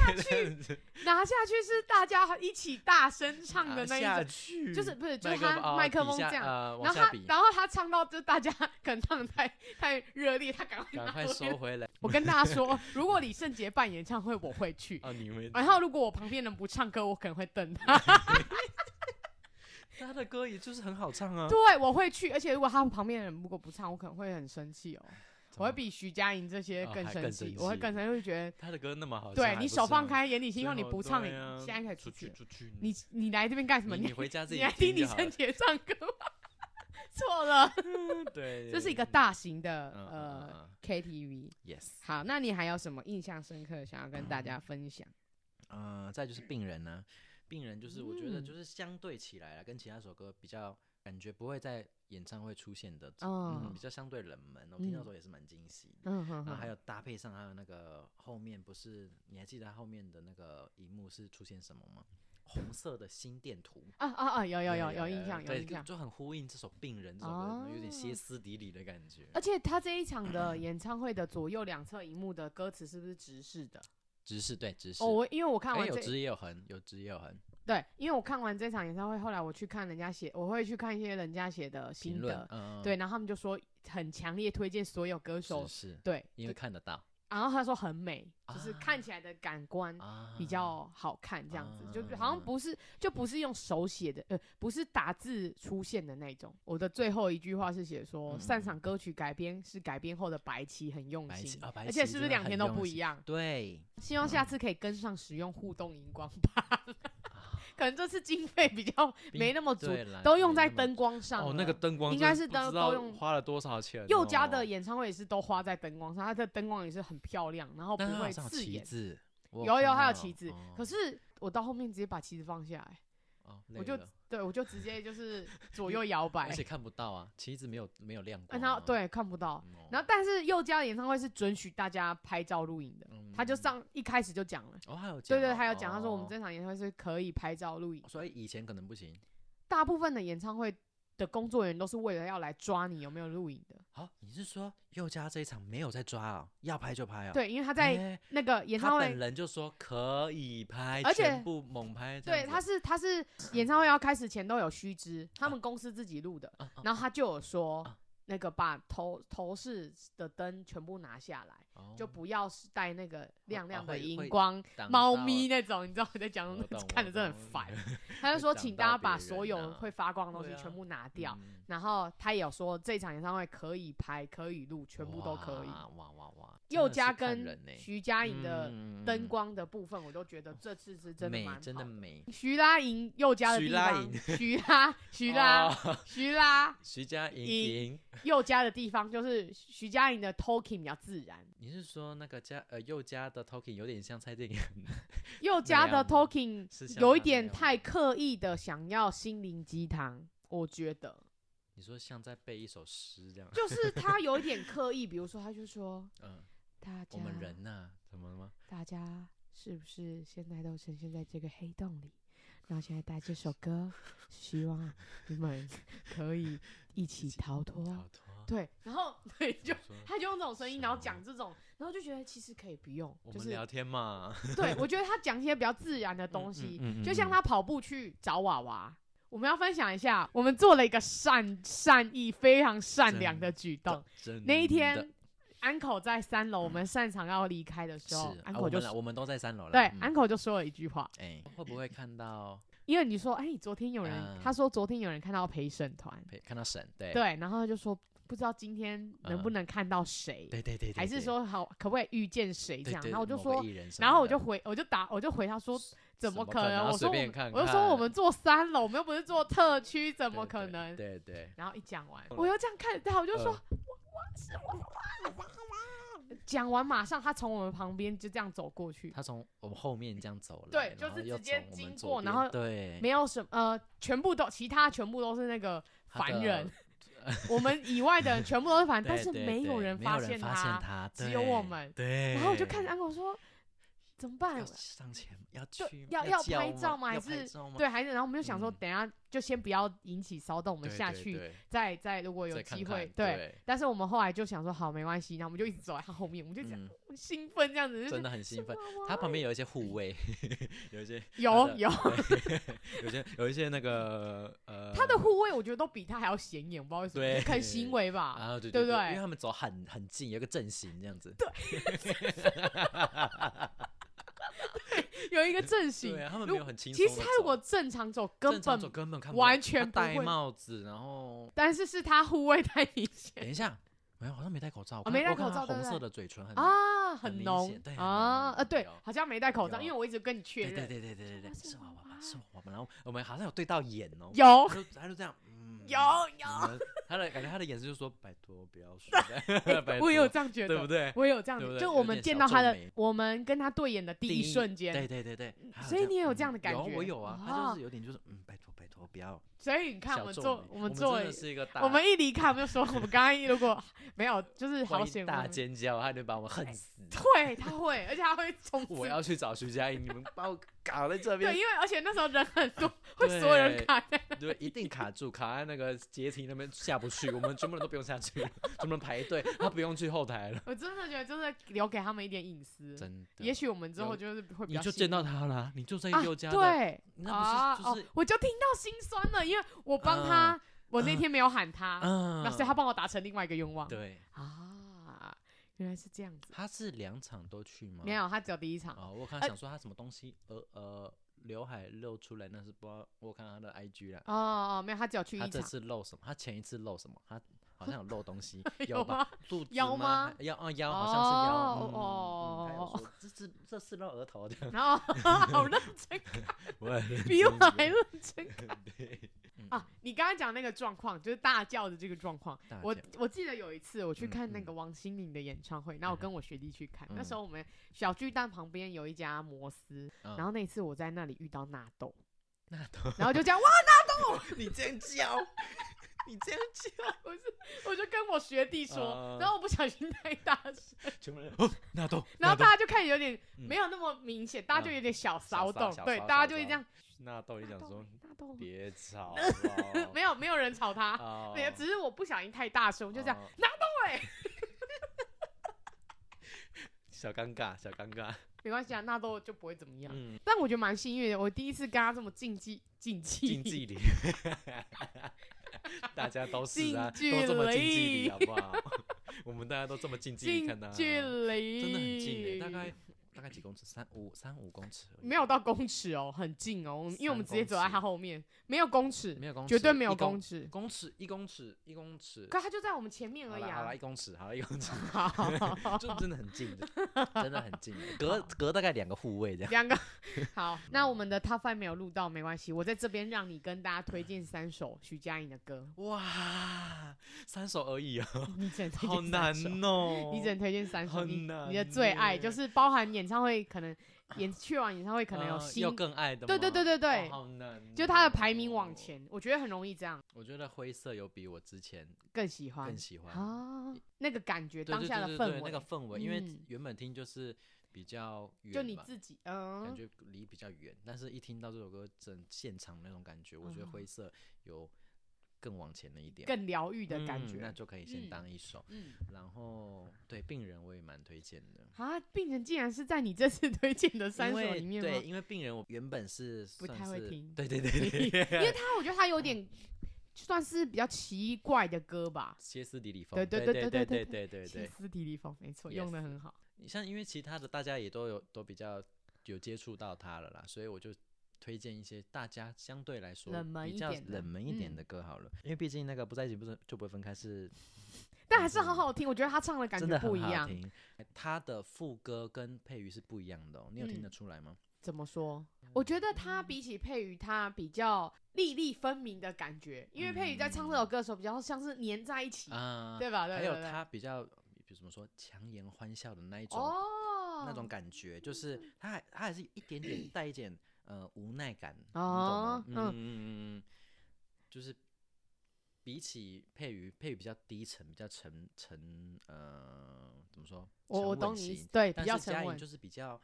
Speaker 2: 拿下去是大家一起大声唱的
Speaker 3: 啊
Speaker 2: 那一
Speaker 3: 下
Speaker 2: 种，
Speaker 3: 去
Speaker 2: 就是不是就是
Speaker 3: 麦克
Speaker 2: 他
Speaker 3: 风哦
Speaker 2: 麦克
Speaker 3: 比
Speaker 2: 风
Speaker 3: 下
Speaker 2: 这样
Speaker 3: 呃往
Speaker 2: 然后
Speaker 3: 下
Speaker 2: 他
Speaker 3: 比，
Speaker 2: 然后他唱到就大家可能唱的太太热烈，他赶快
Speaker 3: 赶
Speaker 2: 拿
Speaker 3: 快
Speaker 2: 回来
Speaker 3: 收回来
Speaker 2: 我跟大家说，如果李圣杰办演唱会，我会去。
Speaker 3: 啊！嗯你们
Speaker 2: 然后如果我旁边人不唱歌，我可能会瞪 他。
Speaker 3: 他的歌也就是很好唱啊，
Speaker 2: 对，我会去。而且如果他旁边的人如果不唱，我可能会很生气哦。
Speaker 3: 怎
Speaker 2: 我会
Speaker 3: 么
Speaker 2: 比徐佳莹这些
Speaker 3: 哦
Speaker 2: 更
Speaker 3: 还
Speaker 2: 生
Speaker 3: 更
Speaker 2: 气，
Speaker 3: 生
Speaker 2: 我会
Speaker 3: 气
Speaker 2: 更生气，会觉得
Speaker 3: 他的歌那么好唱，
Speaker 2: 对
Speaker 3: 还
Speaker 2: 你
Speaker 3: 不
Speaker 2: 手放
Speaker 3: 唱，
Speaker 2: 开，眼里
Speaker 3: 最
Speaker 2: 心痛，你
Speaker 3: 后
Speaker 2: 不唱，
Speaker 3: 对
Speaker 2: 你
Speaker 3: 啊
Speaker 2: 现在可以
Speaker 3: 出
Speaker 2: 出
Speaker 3: 去
Speaker 2: 去。
Speaker 3: 出去，
Speaker 2: 你你来这边干什么？
Speaker 3: 你
Speaker 2: 你
Speaker 3: 你回家自己
Speaker 2: 你来听
Speaker 3: 就
Speaker 2: 李
Speaker 3: 好
Speaker 2: 圣
Speaker 3: 了
Speaker 2: 杰唱歌吗？ 错了，
Speaker 3: 对，
Speaker 2: 这是一个
Speaker 3: 对
Speaker 2: 大型的
Speaker 3: 嗯嗯嗯
Speaker 2: 呃
Speaker 3: 嗯
Speaker 2: KTV。
Speaker 3: yes，
Speaker 2: 好，那你还有什么印象深刻想要跟大家分享？
Speaker 3: 嗯、再就是病人呢、病人就是我觉得
Speaker 2: 嗯
Speaker 3: 就是相对起来啦，跟其他首歌比较感觉不会在演唱会出现的，
Speaker 2: 哦
Speaker 3: 嗯，比较相对冷门，我听到
Speaker 2: 嗯
Speaker 3: 的时候也是蛮惊喜的。
Speaker 2: 嗯哼
Speaker 3: 然后还
Speaker 2: 哼，
Speaker 3: 有搭配上，还有那个后面不是，你还记得它后面的那个荧幕是出现什么吗？红色的心电图，
Speaker 2: 啊啊啊，有有
Speaker 3: 对
Speaker 2: 有有印象有
Speaker 3: 对
Speaker 2: 印象。哦
Speaker 3: 就很呼应这首《病人》这首歌，有点歇斯底里的感觉。
Speaker 2: 而且他这一场的演唱会的左右两侧荧幕的歌词是不是直视的？
Speaker 3: 直视对直视，
Speaker 2: 哦，我因为我看
Speaker 3: 哎
Speaker 2: 完
Speaker 3: 有
Speaker 2: 这
Speaker 3: 直也有横，有直也有横。
Speaker 2: 对，因为我看完这场演唱会，后来我去看人家写，我会去看一些人家写的
Speaker 3: 评
Speaker 2: 心
Speaker 3: 论
Speaker 2: 得，，
Speaker 3: 嗯，嗯
Speaker 2: 对，，然后他们就说很强烈推荐所有歌手
Speaker 3: 直，视，
Speaker 2: 对，
Speaker 3: 因为看得到
Speaker 2: 然后他说很美，就是
Speaker 3: 啊
Speaker 2: 看起来的感官
Speaker 3: 啊，
Speaker 2: 比较好看，这样子，就好像
Speaker 3: 啊
Speaker 2: 不是就不是用手写的，呃，不是打字出现的那种。我的最后一句话是写说，
Speaker 3: 嗯
Speaker 2: 擅长歌曲改编是改编后的白棋很用
Speaker 3: 白棋
Speaker 2: 心，
Speaker 3: 啊白
Speaker 2: 而且
Speaker 3: 棋
Speaker 2: 是不是
Speaker 3: 真的
Speaker 2: 两
Speaker 3: 很
Speaker 2: 天都
Speaker 3: 用
Speaker 2: 不一
Speaker 3: 心嗯
Speaker 2: 样？
Speaker 3: 对，
Speaker 2: 希望下次可以跟上使用互动荧光棒，
Speaker 3: 啊
Speaker 2: 可能这次经费比 较
Speaker 3: 并
Speaker 2: 没那么足
Speaker 3: 对啦，
Speaker 2: 都用
Speaker 3: 没
Speaker 2: 在
Speaker 3: 那么
Speaker 2: 灯光上了。
Speaker 3: 哦，那个灯光
Speaker 2: 应该
Speaker 3: 真
Speaker 2: 是
Speaker 3: 不
Speaker 2: 灯
Speaker 3: 知道
Speaker 2: 都用
Speaker 3: 花了多少钱哦。
Speaker 2: 佑嘉的演唱会也是都花在灯光上，他的灯光也是很漂亮，然后不
Speaker 3: 但它好
Speaker 2: 会
Speaker 3: 像有
Speaker 2: 刺
Speaker 3: 旗
Speaker 2: 眼。
Speaker 3: 子，我
Speaker 2: 有有，
Speaker 3: 看
Speaker 2: 还有
Speaker 3: 到
Speaker 2: 旗子，
Speaker 3: 哦
Speaker 2: 可是我到后面直接把旗子放下来，
Speaker 3: 哦
Speaker 2: 我
Speaker 3: 累
Speaker 2: 就
Speaker 3: 了
Speaker 2: 对我就直接 就是左右摇摆
Speaker 3: 而，且看不到啊，旗子没有没有亮
Speaker 2: 啊
Speaker 3: 光、啊。
Speaker 2: 然后对看不到。
Speaker 3: 嗯哦，
Speaker 2: 然后但是佑嘉的演唱会是准许大家拍照录影的，他就
Speaker 3: 嗯
Speaker 2: 上一开始就讲了，
Speaker 3: 哦，还
Speaker 2: 对
Speaker 3: 有讲
Speaker 2: 对，
Speaker 3: 哦
Speaker 2: 他有讲，他说我们
Speaker 3: 哦
Speaker 2: 这场演唱会是可以拍照录影，
Speaker 3: 所以以前可能不行。
Speaker 2: 大部分的演唱会的工作人员都是为了要来抓你有没有录影的，
Speaker 3: 好、啊你是说佑嘉这一场没有在抓啊、要拍就拍啊、
Speaker 2: 对，因为他
Speaker 3: 他
Speaker 2: 在那个演唱
Speaker 3: 他
Speaker 2: 会
Speaker 3: 本，人就说可以拍，
Speaker 2: 而且
Speaker 3: 全部猛拍这样
Speaker 2: 对，
Speaker 3: 子。
Speaker 2: 他是他是演唱会要开始前都有须知，他们公司自己录的，
Speaker 3: 啊啊
Speaker 2: 然后他就有说
Speaker 3: 啊。
Speaker 2: 那个把头头饰的灯全部拿下来，
Speaker 3: 哦
Speaker 2: 就不要是带那个亮亮的
Speaker 3: 会
Speaker 2: 荧
Speaker 3: 会
Speaker 2: 光
Speaker 3: 挡
Speaker 2: 猫
Speaker 3: 到
Speaker 2: 咪那种，你知道我在 讲什
Speaker 3: 我
Speaker 2: 么
Speaker 3: 懂？
Speaker 2: 看着
Speaker 3: 我
Speaker 2: 真的很
Speaker 3: 懂
Speaker 2: 烦。他就
Speaker 3: 会
Speaker 2: 说，
Speaker 3: 挡
Speaker 2: 请
Speaker 3: 到
Speaker 2: 大家
Speaker 3: 别
Speaker 2: 把
Speaker 3: 人
Speaker 2: 所有
Speaker 3: 啊
Speaker 2: 会发光的东
Speaker 3: 对
Speaker 2: 西
Speaker 3: 啊
Speaker 2: 全部拿掉。
Speaker 3: 嗯
Speaker 2: 然后他也有说，这场演唱会可以拍，可以录，全部都可以。
Speaker 3: 哇哇哇哇！
Speaker 2: 佑
Speaker 3: 真的
Speaker 2: 嘉
Speaker 3: 是看
Speaker 2: 跟
Speaker 3: 人欸呢
Speaker 2: 徐佳莹的
Speaker 3: 嗯
Speaker 2: 灯光的部分，我都觉得这次是真的
Speaker 3: 美
Speaker 2: 蛮
Speaker 3: 真的
Speaker 2: 好
Speaker 3: 美。
Speaker 2: 徐拉莹佑嘉的
Speaker 3: 徐
Speaker 2: 地
Speaker 3: 拉
Speaker 2: 方
Speaker 3: 莹，
Speaker 2: 徐拉徐拉
Speaker 3: 哦
Speaker 2: 徐拉
Speaker 3: 徐佳莹
Speaker 2: 莹
Speaker 3: 莹，
Speaker 2: 佑嘉的地方，就是徐佳莹的 talking 比较自然，
Speaker 3: 你是说那个嘉呃佑嘉的 talking 有点像蔡健雅？
Speaker 2: 佑嘉的
Speaker 3: 样吗
Speaker 2: talking
Speaker 3: 是像
Speaker 2: 有一
Speaker 3: 他那
Speaker 2: 点
Speaker 3: 样
Speaker 2: 太
Speaker 3: 吗
Speaker 2: 刻意的想要心灵鸡汤，我觉得
Speaker 3: 你说像在背一首诗这样？
Speaker 2: 就是他有一点刻意，比如说他就说
Speaker 3: 嗯，
Speaker 2: 大家，
Speaker 3: 我们人呐、怎么了吗？
Speaker 2: 大家是不是现在都深陷在这个黑洞里？然后现在带这首 歌，希望你们可以一起逃脱
Speaker 3: 逃。脱。
Speaker 2: 对，然后 对哦就
Speaker 3: 我啊说
Speaker 2: 他就用这种声音，然后
Speaker 3: 什么
Speaker 2: 讲这种，然后就觉得其实可以不用，
Speaker 3: 啊我
Speaker 2: 就
Speaker 3: 们
Speaker 2: 是
Speaker 3: 聊天嘛，
Speaker 2: 对，我觉得他讲一些比较自然的东西，
Speaker 3: 嗯嗯嗯
Speaker 2: 就像
Speaker 3: 嗯
Speaker 2: 他跑步去找娃娃。我们要分享一下，我们做了一个善善意、非常善良的举动。
Speaker 3: 真
Speaker 2: 那一
Speaker 3: 的嗯
Speaker 2: 天，安口在三楼，我们散场要离开的
Speaker 3: 是
Speaker 2: 时候，安
Speaker 3: 啊
Speaker 2: 口
Speaker 3: 我
Speaker 2: 就
Speaker 3: 们啦
Speaker 2: 说
Speaker 3: 我们都在三楼了。
Speaker 2: 对
Speaker 3: 嗯
Speaker 2: 安口就说了一句话，
Speaker 3: 哎、会不会看到
Speaker 2: 因为你说，哎，昨天有人
Speaker 3: 嗯，
Speaker 2: 他说昨天有人看到陪审团，
Speaker 3: 陪看到神？对
Speaker 2: 对，然后他就说不知道今天能不
Speaker 3: 嗯
Speaker 2: 能看到谁，
Speaker 3: 对对对对
Speaker 2: 还是说好可不可以遇见谁这
Speaker 3: 对对
Speaker 2: 样，
Speaker 3: 对
Speaker 2: 然后我就
Speaker 3: 某个
Speaker 2: 说
Speaker 3: 艺人什么
Speaker 2: 然后我
Speaker 3: 的
Speaker 2: 就回，我就打，我就回他说，怎
Speaker 3: 怎
Speaker 2: 么
Speaker 3: 么
Speaker 2: 可
Speaker 3: 可能
Speaker 2: 能？
Speaker 3: 啊
Speaker 2: 我
Speaker 3: 随
Speaker 2: 说我
Speaker 3: 便
Speaker 2: 们，
Speaker 3: 看
Speaker 2: 我就说我
Speaker 3: 看
Speaker 2: 们坐三楼，我们又不是坐特区，怎么
Speaker 3: 对
Speaker 2: 可
Speaker 3: 对
Speaker 2: 能？
Speaker 3: 对对，
Speaker 2: 然后一讲完，
Speaker 3: 后
Speaker 2: 我又这样看着他，我就说，
Speaker 3: 嗯
Speaker 2: 我我是我我我。讲完，马上他从我们旁边就这样走过去，
Speaker 3: 他从我们后面这样走来，
Speaker 2: 对
Speaker 3: 然
Speaker 2: 就
Speaker 3: 后
Speaker 2: 是
Speaker 3: 又
Speaker 2: 直接
Speaker 3: 从我们
Speaker 2: 经
Speaker 3: 左
Speaker 2: 过然
Speaker 3: 边
Speaker 2: 后
Speaker 3: 对
Speaker 2: 没有什么，呃，全部都其他全部都是那个
Speaker 3: 他
Speaker 2: 凡
Speaker 3: 的
Speaker 2: 人，我们以外的人全部都是凡人，
Speaker 3: 对
Speaker 2: 但是
Speaker 3: 对
Speaker 2: 没有
Speaker 3: 对
Speaker 2: 人
Speaker 3: 没
Speaker 2: 发
Speaker 3: 有人
Speaker 2: 现
Speaker 3: 发现他，
Speaker 2: 只有
Speaker 3: 对
Speaker 2: 我们
Speaker 3: 对，
Speaker 2: 然后我就看着安狗说：“怎么办
Speaker 3: 要？上前要
Speaker 2: 就
Speaker 3: 去
Speaker 2: 要
Speaker 3: 要
Speaker 2: 拍照
Speaker 3: 吗？
Speaker 2: 吗？
Speaker 3: 要
Speaker 2: 还
Speaker 3: 拍
Speaker 2: 是
Speaker 3: 照吗？
Speaker 2: 对，还是然后我们就想说，
Speaker 3: 嗯
Speaker 2: 等一下就先不要引起骚动，我
Speaker 3: 我
Speaker 2: 们下去
Speaker 3: 对
Speaker 2: 再再如果有
Speaker 3: 再看
Speaker 2: 机会
Speaker 3: 看
Speaker 2: 对。但是我们后来就想说，好，没关系，然后我们就一直走在他后面，我们就这样
Speaker 3: 嗯，
Speaker 2: 很兴奋这样子，就
Speaker 3: 真
Speaker 2: 觉
Speaker 3: 的很
Speaker 2: 得
Speaker 3: 兴奋。。
Speaker 2: 什么
Speaker 3: 他
Speaker 2: 啊
Speaker 3: 旁边有一些护卫， 有一些他
Speaker 2: 有
Speaker 3: 的
Speaker 2: 有，
Speaker 3: 有些有一些那个呃，
Speaker 2: 他的护卫我觉得都比他还要显眼，我不知道为什么，
Speaker 3: 对
Speaker 2: 可能行为吧。
Speaker 3: 啊，对
Speaker 2: 对
Speaker 3: 对
Speaker 2: 不对
Speaker 3: 因为他们走很很近，有一个阵型这样子。
Speaker 2: 有一个阵型
Speaker 3: 对啊，他，们
Speaker 2: 如
Speaker 3: 没有很轻松
Speaker 2: 其
Speaker 3: 地走。
Speaker 2: 实他如果正常走，根
Speaker 3: 正常
Speaker 2: 本
Speaker 3: 走根本看不
Speaker 2: 完
Speaker 3: 到
Speaker 2: 全
Speaker 3: 他
Speaker 2: 不
Speaker 3: 戴
Speaker 2: 会
Speaker 3: 帽子，然后
Speaker 2: 但是是他护卫太明显
Speaker 3: 等一下，没有，好像没戴口罩。我
Speaker 2: 哦
Speaker 3: 看
Speaker 2: 没
Speaker 3: 我
Speaker 2: 戴
Speaker 3: 看
Speaker 2: 口
Speaker 3: 他
Speaker 2: 罩对
Speaker 3: 红
Speaker 2: 不
Speaker 3: 色
Speaker 2: 对
Speaker 3: 的嘴唇很。
Speaker 2: 啊，
Speaker 3: 很
Speaker 2: 很
Speaker 3: 明
Speaker 2: 浓
Speaker 3: 显对很
Speaker 2: 啊，
Speaker 3: 浓
Speaker 2: 呃，对
Speaker 3: 有，
Speaker 2: 好像没戴口罩，因为
Speaker 3: 有
Speaker 2: 我一直跟你确
Speaker 3: 对
Speaker 2: 认，
Speaker 3: 对对对对对对，
Speaker 2: 是
Speaker 3: 是
Speaker 2: 娃
Speaker 3: 娃娃，
Speaker 2: 娃
Speaker 3: 是娃娃。然后我们好像有对到眼哦，
Speaker 2: 有
Speaker 3: 他就他就这样，嗯，
Speaker 2: 有
Speaker 3: 嗯
Speaker 2: 有，
Speaker 3: 他的感觉他的眼神就说拜托不要说，拜
Speaker 2: 我也有
Speaker 3: 托
Speaker 2: 这样觉
Speaker 3: 对不
Speaker 2: 得，
Speaker 3: 对？
Speaker 2: 我也有这样
Speaker 3: 对不
Speaker 2: 子，
Speaker 3: 对
Speaker 2: 就
Speaker 3: 有
Speaker 2: 我
Speaker 3: 点
Speaker 2: 们见
Speaker 3: 小
Speaker 2: 到他
Speaker 3: 皱
Speaker 2: 的
Speaker 3: 眉，
Speaker 2: 我们跟他对眼的第一瞬
Speaker 3: 对
Speaker 2: 间，
Speaker 3: 对对对，他
Speaker 2: 所以
Speaker 3: 这样
Speaker 2: 你也有
Speaker 3: 嗯
Speaker 2: 这样的感
Speaker 3: 有我
Speaker 2: 觉
Speaker 3: 有啊，他
Speaker 2: 啊
Speaker 3: 就是有点就是嗯，拜托拜托不要。
Speaker 2: 所以你看我们
Speaker 3: 小皱
Speaker 2: 做
Speaker 3: 眉，
Speaker 2: 我
Speaker 3: 我
Speaker 2: 们做
Speaker 3: 真的是一个大，
Speaker 2: 我们一离开，我们就说我们刚刚如果没有，就是
Speaker 3: 万
Speaker 2: 好
Speaker 3: 一
Speaker 2: 险，哎
Speaker 3: 大尖叫，他就把我们恨死。
Speaker 2: 会他会，而且他会冲刺
Speaker 3: 我要去找徐佳莹，你们把我搞在这
Speaker 2: 对，
Speaker 3: 边
Speaker 2: 因，为而且那时候人很 多，会所有人
Speaker 3: 对
Speaker 2: 卡在
Speaker 3: 对，一定卡住，卡在那个阶梯那边下不去，我们全部人都不用下去了，全部人排队，他不用去后台了，
Speaker 2: 我真的觉得，真的留给他们一点隐私。
Speaker 3: 真的。
Speaker 2: 嗯也许我们之后
Speaker 3: 有
Speaker 2: 就是会比
Speaker 3: 你
Speaker 2: 较
Speaker 3: 就
Speaker 2: 信
Speaker 3: 见到他了，你就在
Speaker 2: 啊
Speaker 3: 佑家的，
Speaker 2: 对
Speaker 3: 那不是就
Speaker 2: 哦
Speaker 3: 是，
Speaker 2: 我就听到心酸了，因为我帮他，我那
Speaker 3: 嗯
Speaker 2: 天没有喊他，
Speaker 3: 嗯，
Speaker 2: 那所以他帮我达成另外一个愿望。
Speaker 3: 对，
Speaker 2: 啊，原来是这样子。
Speaker 3: 他是两场都去吗？
Speaker 2: 没有，他只有第一场。
Speaker 3: 哦，我刚
Speaker 2: 呃
Speaker 3: 想说他什么东西，呃呃，刘海露出来，那是不知道，我看他的 IG 啦，
Speaker 2: 哦哦，没有，他只有去
Speaker 3: 他
Speaker 2: 一
Speaker 3: 这
Speaker 2: 场。，
Speaker 3: 次露什么？他前一次露什么？他好像有露东西
Speaker 2: 有
Speaker 3: 有吧
Speaker 2: 吗？
Speaker 3: 肚子
Speaker 2: 腰吗
Speaker 3: 还腰啊腰好像是腰，
Speaker 2: 哦
Speaker 3: 嗯嗯嗯他有
Speaker 2: 哦
Speaker 3: 说这是这是露额头的，
Speaker 2: 然后好认真，
Speaker 3: 我 很认
Speaker 2: 比我
Speaker 3: 真觉
Speaker 2: 还认真
Speaker 3: 得对，
Speaker 2: 啊！你刚才讲那个状况，就是大叫的这个状况。
Speaker 3: 大
Speaker 2: 我
Speaker 3: 家
Speaker 2: 我记得有一次我去
Speaker 3: 嗯
Speaker 2: 看那
Speaker 3: 嗯
Speaker 2: 个王心凌的演唱会，然后我
Speaker 3: 嗯
Speaker 2: 跟我学弟去看，那时
Speaker 3: 嗯
Speaker 2: 候我们小巨蛋旁边有一家摩斯，
Speaker 3: 嗯
Speaker 2: 然后那一次我在那里遇到纳 豆，
Speaker 3: 那 都
Speaker 2: 然后就这样哇，
Speaker 3: 你这样叫，你这样叫，
Speaker 2: 我是我就跟我学弟说，
Speaker 3: 啊
Speaker 2: 然后我不小心太大 声，
Speaker 3: 全部人哦，纳豆，
Speaker 2: 然后
Speaker 3: 纳豆
Speaker 2: 大家就开始有点
Speaker 3: 嗯
Speaker 2: 没有那么明显，大家就
Speaker 3: 嗯
Speaker 2: 有点小骚
Speaker 3: 小
Speaker 2: 动，
Speaker 3: 骚
Speaker 2: 对，
Speaker 3: 小骚
Speaker 2: 大家
Speaker 3: 小
Speaker 2: 就会这
Speaker 3: 骚
Speaker 2: 样
Speaker 3: 纳豆，你
Speaker 2: 纳
Speaker 3: 想
Speaker 2: 豆
Speaker 3: 说
Speaker 2: 纳豆，
Speaker 3: 别吵了，
Speaker 2: 哦 没有没有人吵他，
Speaker 3: 有
Speaker 2: 没有，只是我不小心太大声，我就这样。
Speaker 3: 哦
Speaker 2: 纳
Speaker 3: 豆
Speaker 2: 欸
Speaker 3: 小尴尬，小尴 尬，
Speaker 2: 没关系啊，纳豆就不会怎么样。
Speaker 3: 嗯，
Speaker 2: 但我觉得蛮幸运的，我第一次跟他这么竞技竞技
Speaker 3: 竞技里，大家都是啊，
Speaker 2: 近距
Speaker 3: 都这么竞技
Speaker 2: 离
Speaker 3: 里，好不好？ 我们大家都这么竞技里
Speaker 2: 近
Speaker 3: 看他，哦
Speaker 2: 距离，
Speaker 3: 真的很近欸诶，大概大概几公尺，三五三五公尺而已，
Speaker 2: 嗯没有到公尺哦，很近哦，我们因为我们直接走在他后面，没有公尺，
Speaker 3: 没有公尺，
Speaker 2: 绝对没
Speaker 3: 一
Speaker 2: 有
Speaker 3: 公
Speaker 2: 公尺，
Speaker 3: 公尺一公尺一公尺，
Speaker 2: 可他就在我们前面
Speaker 3: 好
Speaker 2: 而已
Speaker 3: 了好了，
Speaker 2: 啊
Speaker 3: 一。公尺，好了一公尺，
Speaker 2: 好，
Speaker 3: 就真的很 近的，真的很近的，隔隔大概两个护卫这样。
Speaker 2: 两 个好，那我们的 Top Five 没有录到没关系，我在这边让你跟大家推荐三首徐佳莹的 歌，
Speaker 3: 哇，三首 而已啊，
Speaker 2: 你只能推
Speaker 3: 好
Speaker 2: 荐
Speaker 3: 难
Speaker 2: 三首。
Speaker 3: 哦！
Speaker 2: 你只能推荐三首，
Speaker 3: 很
Speaker 2: 你
Speaker 3: 难欸
Speaker 2: 你的最爱
Speaker 3: 耶
Speaker 2: 就是包含演唱会，可能演去完演唱会可能有
Speaker 3: 呃
Speaker 2: 新
Speaker 3: 又，更爱的吗，
Speaker 2: 对对对对
Speaker 3: 哦
Speaker 2: 对，
Speaker 3: 好难，
Speaker 2: 就它的排名往。前，我觉得很容易这样，
Speaker 3: 我觉得灰色有比我之前
Speaker 2: 更喜欢
Speaker 3: 更喜欢，
Speaker 2: 啊，那个感觉，
Speaker 3: 对
Speaker 2: 当
Speaker 3: 对
Speaker 2: 下
Speaker 3: 对
Speaker 2: 的
Speaker 3: 对对
Speaker 2: 氛，
Speaker 3: 那
Speaker 2: 围，
Speaker 3: 个氛围，因为
Speaker 2: 嗯
Speaker 3: 原本听就是比较远
Speaker 2: 就你
Speaker 3: 嘛
Speaker 2: 自己，
Speaker 3: 感
Speaker 2: 嗯，
Speaker 3: 觉离比较远，但是一听到这首歌整现场那种感觉，我觉得
Speaker 2: 嗯
Speaker 3: 灰色有更往前了一点
Speaker 2: 更疗愈的感
Speaker 3: 嗯那
Speaker 2: 觉，
Speaker 3: 就可以先
Speaker 2: 嗯
Speaker 3: 当一首。
Speaker 2: 嗯，
Speaker 3: 然后对病人我也蛮推荐的，
Speaker 2: 啊，病人竟然是在你这次推荐的三
Speaker 3: 因
Speaker 2: 首
Speaker 3: 为
Speaker 2: 里面
Speaker 3: 对，
Speaker 2: 吗？
Speaker 3: 因为病人我原本是
Speaker 2: 不
Speaker 3: 算
Speaker 2: 太会
Speaker 3: 是
Speaker 2: 听
Speaker 3: 对对对对，
Speaker 2: 因为他，我觉得他有点算是比较奇怪的歌吧，
Speaker 3: 歇斯底里风，
Speaker 2: 对对对
Speaker 3: 对
Speaker 2: 对对
Speaker 3: 对对对
Speaker 2: 歇
Speaker 3: 对。
Speaker 2: 斯底里风，没错，用的
Speaker 3: Yes
Speaker 2: 很好，
Speaker 3: 你像因为其他的大家也都有都比较有接触到他了啦，所以我就推荐一些大家相对来说
Speaker 2: 冷门
Speaker 3: 比
Speaker 2: 一
Speaker 3: 较
Speaker 2: 点的
Speaker 3: 冷门一点
Speaker 2: 嗯
Speaker 3: 的歌好了，因为毕竟那个不在一起不是就不会分开是
Speaker 2: 但还是好好听，我觉得他唱的感
Speaker 3: 嗯真
Speaker 2: 觉
Speaker 3: 的
Speaker 2: 不
Speaker 3: 很
Speaker 2: 一
Speaker 3: 好
Speaker 2: 样，
Speaker 3: 听。他的副歌跟配乐是不一样的哦，你有听
Speaker 2: 嗯
Speaker 3: 得出来吗？
Speaker 2: 怎么说？我觉得他比起佩瑜，他比较粒粒分明的感觉，因为佩瑜在唱这首歌的时候，比较像是粘在一起，
Speaker 3: 啊、
Speaker 2: 嗯对吧？对
Speaker 3: 还
Speaker 2: 对
Speaker 3: 有
Speaker 2: 对
Speaker 3: 他比较，比如怎么说，强颜欢笑的那一种、
Speaker 2: 哦，
Speaker 3: 那种感觉，就是他还他还是一点点 带一点呃无奈感，
Speaker 2: 哦
Speaker 3: 你懂吗？嗯嗯嗯嗯，就是比起佩瑜，佩瑜比较低沉，比较沉沉，呃，怎么说？
Speaker 2: 我我
Speaker 3: 沉稳
Speaker 2: 懂你意
Speaker 3: 型
Speaker 2: 思，对，比
Speaker 3: 但
Speaker 2: 较
Speaker 3: 是
Speaker 2: 沉
Speaker 3: 嘉颖
Speaker 2: 稳
Speaker 3: 就，是比较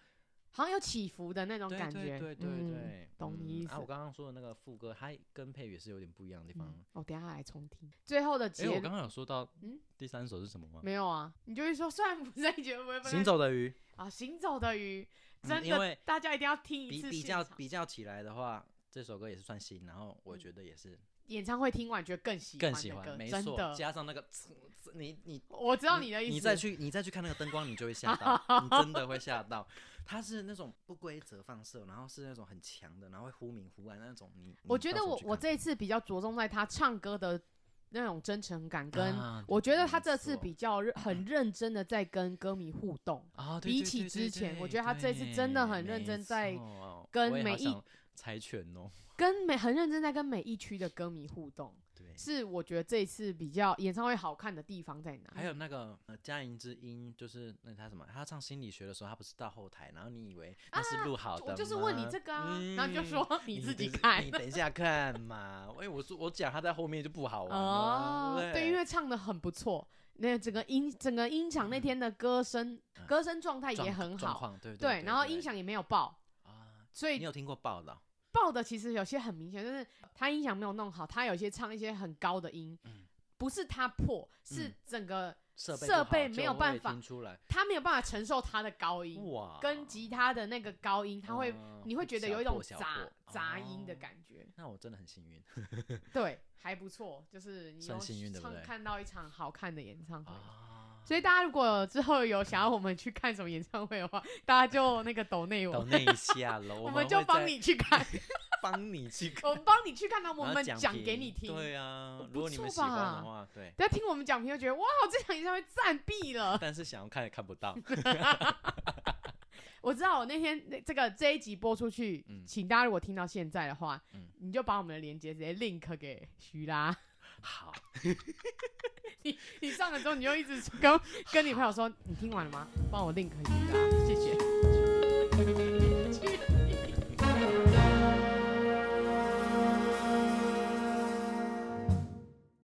Speaker 2: 好像有起伏的那种
Speaker 3: 对
Speaker 2: 感觉。
Speaker 3: 对对对
Speaker 2: 嗯
Speaker 3: 对，
Speaker 2: 懂
Speaker 3: 嗯
Speaker 2: 你意思
Speaker 3: 啊，我刚刚说的那个副歌，它跟配乐是有点不一样的地方。
Speaker 2: 嗯哦，等一下来重听最后的
Speaker 3: 哎、
Speaker 2: 结、
Speaker 3: 我刚刚有说到
Speaker 2: 嗯
Speaker 3: 第三首是什么吗？
Speaker 2: 没有啊，你就会说，虽然不是你觉得不会分
Speaker 3: 行走的鱼，
Speaker 2: 啊，行走的鱼，
Speaker 3: 嗯
Speaker 2: 真
Speaker 3: 因
Speaker 2: 的
Speaker 3: 为，
Speaker 2: 大家一定要听一
Speaker 3: 比
Speaker 2: 次
Speaker 3: 比
Speaker 2: 现
Speaker 3: 较
Speaker 2: 场
Speaker 3: 比较起来的话，这首歌也是算新，然后我觉得也是
Speaker 2: 演唱会听完觉得更喜
Speaker 3: 更
Speaker 2: 的
Speaker 3: 喜欢，
Speaker 2: 歌
Speaker 3: 没
Speaker 2: 真
Speaker 3: 错，
Speaker 2: 的，
Speaker 3: 加上那个，你你
Speaker 2: 我知
Speaker 3: 知
Speaker 2: 道你的意思。
Speaker 3: 你再去你再去看那个灯光，你就会吓 到，你真的会吓到。它是那种不规则放射，然后是那种很强的，然后会忽明忽暗那种。你
Speaker 2: 我
Speaker 3: 你
Speaker 2: 觉
Speaker 3: 嗯到
Speaker 2: 得
Speaker 3: 时候
Speaker 2: 我
Speaker 3: 去
Speaker 2: 我
Speaker 3: 看
Speaker 2: 这一次比较着重在他唱歌的那种真诚感，跟
Speaker 3: 啊
Speaker 2: 我觉得
Speaker 3: 没
Speaker 2: 他这次
Speaker 3: 错
Speaker 2: 比较认很认真的在跟歌迷互动。
Speaker 3: 啊，对
Speaker 2: 比
Speaker 3: 对
Speaker 2: 起
Speaker 3: 对
Speaker 2: 之
Speaker 3: 对
Speaker 2: 前我
Speaker 3: 对
Speaker 2: 觉得他这次真的很认
Speaker 3: 没
Speaker 2: 真在
Speaker 3: 错哦
Speaker 2: 跟
Speaker 3: 我也
Speaker 2: 每
Speaker 3: 好
Speaker 2: 一
Speaker 3: 想猜拳哦，
Speaker 2: 跟每很认真在跟每一区的歌迷互动，
Speaker 3: 对。
Speaker 2: 是我觉得这一次比较演唱会好看的地方在哪？
Speaker 3: 还有那个呃，佳音之音，就是那他什么，他唱心理学的时候，他不是到后台，然后你以为那是录好的
Speaker 2: 我啊就是问你
Speaker 3: 吗
Speaker 2: 这个啊，然后你就
Speaker 3: 嗯
Speaker 2: 说你自己
Speaker 3: 等
Speaker 2: 看
Speaker 3: 你。等一下看嘛。哎，我说我讲他在后面就不好玩了，
Speaker 2: 哦，
Speaker 3: 啊对，
Speaker 2: 对，因为唱的很不错，那整个音整个音场那天的歌声、
Speaker 3: 嗯
Speaker 2: 歌声状态
Speaker 3: 状
Speaker 2: 也很
Speaker 3: 状
Speaker 2: 好，
Speaker 3: 况对
Speaker 2: 对，然后
Speaker 3: 对
Speaker 2: 音响也没有爆，
Speaker 3: 啊，
Speaker 2: 所
Speaker 3: 你
Speaker 2: 以
Speaker 3: 有听过报道？
Speaker 2: 爆的其实有些很明显，就是他音响没有弄好，他有些唱一些很高的音，
Speaker 3: 嗯
Speaker 2: 不是他破，是
Speaker 3: 嗯
Speaker 2: 整个
Speaker 3: 设备
Speaker 2: 设
Speaker 3: 不好
Speaker 2: 备
Speaker 3: 就
Speaker 2: 没有
Speaker 3: 我
Speaker 2: 办
Speaker 3: 也
Speaker 2: 法
Speaker 3: 听出来，
Speaker 2: 他没有办法承受他的高音，
Speaker 3: 哇，
Speaker 2: 跟吉他的那个高音，他会、
Speaker 3: 嗯
Speaker 2: 你会觉得有一
Speaker 3: 小
Speaker 2: 种
Speaker 3: 破小
Speaker 2: 杂
Speaker 3: 破
Speaker 2: 杂音的
Speaker 3: 哦
Speaker 2: 感觉，
Speaker 3: 那我真的很幸运
Speaker 2: 对，还不错，就是你
Speaker 3: 算
Speaker 2: 有
Speaker 3: 幸运对不
Speaker 2: 唱
Speaker 3: 对
Speaker 2: 看到一场好看的演唱会。
Speaker 3: 啊。
Speaker 2: 所以大家如果之后有想要我们去看什么演唱会的话，大家就那个抖内我
Speaker 3: 抖
Speaker 2: 们，
Speaker 3: 那一下喽，
Speaker 2: 我
Speaker 3: 们
Speaker 2: 们就
Speaker 3: 会
Speaker 2: 帮
Speaker 3: 再
Speaker 2: 你去看，
Speaker 3: 帮你去看，
Speaker 2: 我们帮你去看，然 后我
Speaker 3: 然后
Speaker 2: 们
Speaker 3: 讲
Speaker 2: 讲给
Speaker 3: 评
Speaker 2: 你听。
Speaker 3: 对啊，
Speaker 2: 不
Speaker 3: 如果你们喜
Speaker 2: 错
Speaker 3: 欢
Speaker 2: 吧
Speaker 3: 的话，对。
Speaker 2: 大家听我们讲评就觉得哇，这场演唱会赞毙 了。
Speaker 3: 但是想要看也看不 到，
Speaker 2: 我知道，我那天那这个这一集播出去，
Speaker 3: 嗯
Speaker 2: 请大家如果听到现在的话，
Speaker 3: 嗯
Speaker 2: 你就把我们的链接直接 link 给徐 啦。
Speaker 3: 好，
Speaker 2: 你上了之后，你就一直跟跟 你朋友说，你听完了吗？帮我 link 徐啦，谢谢。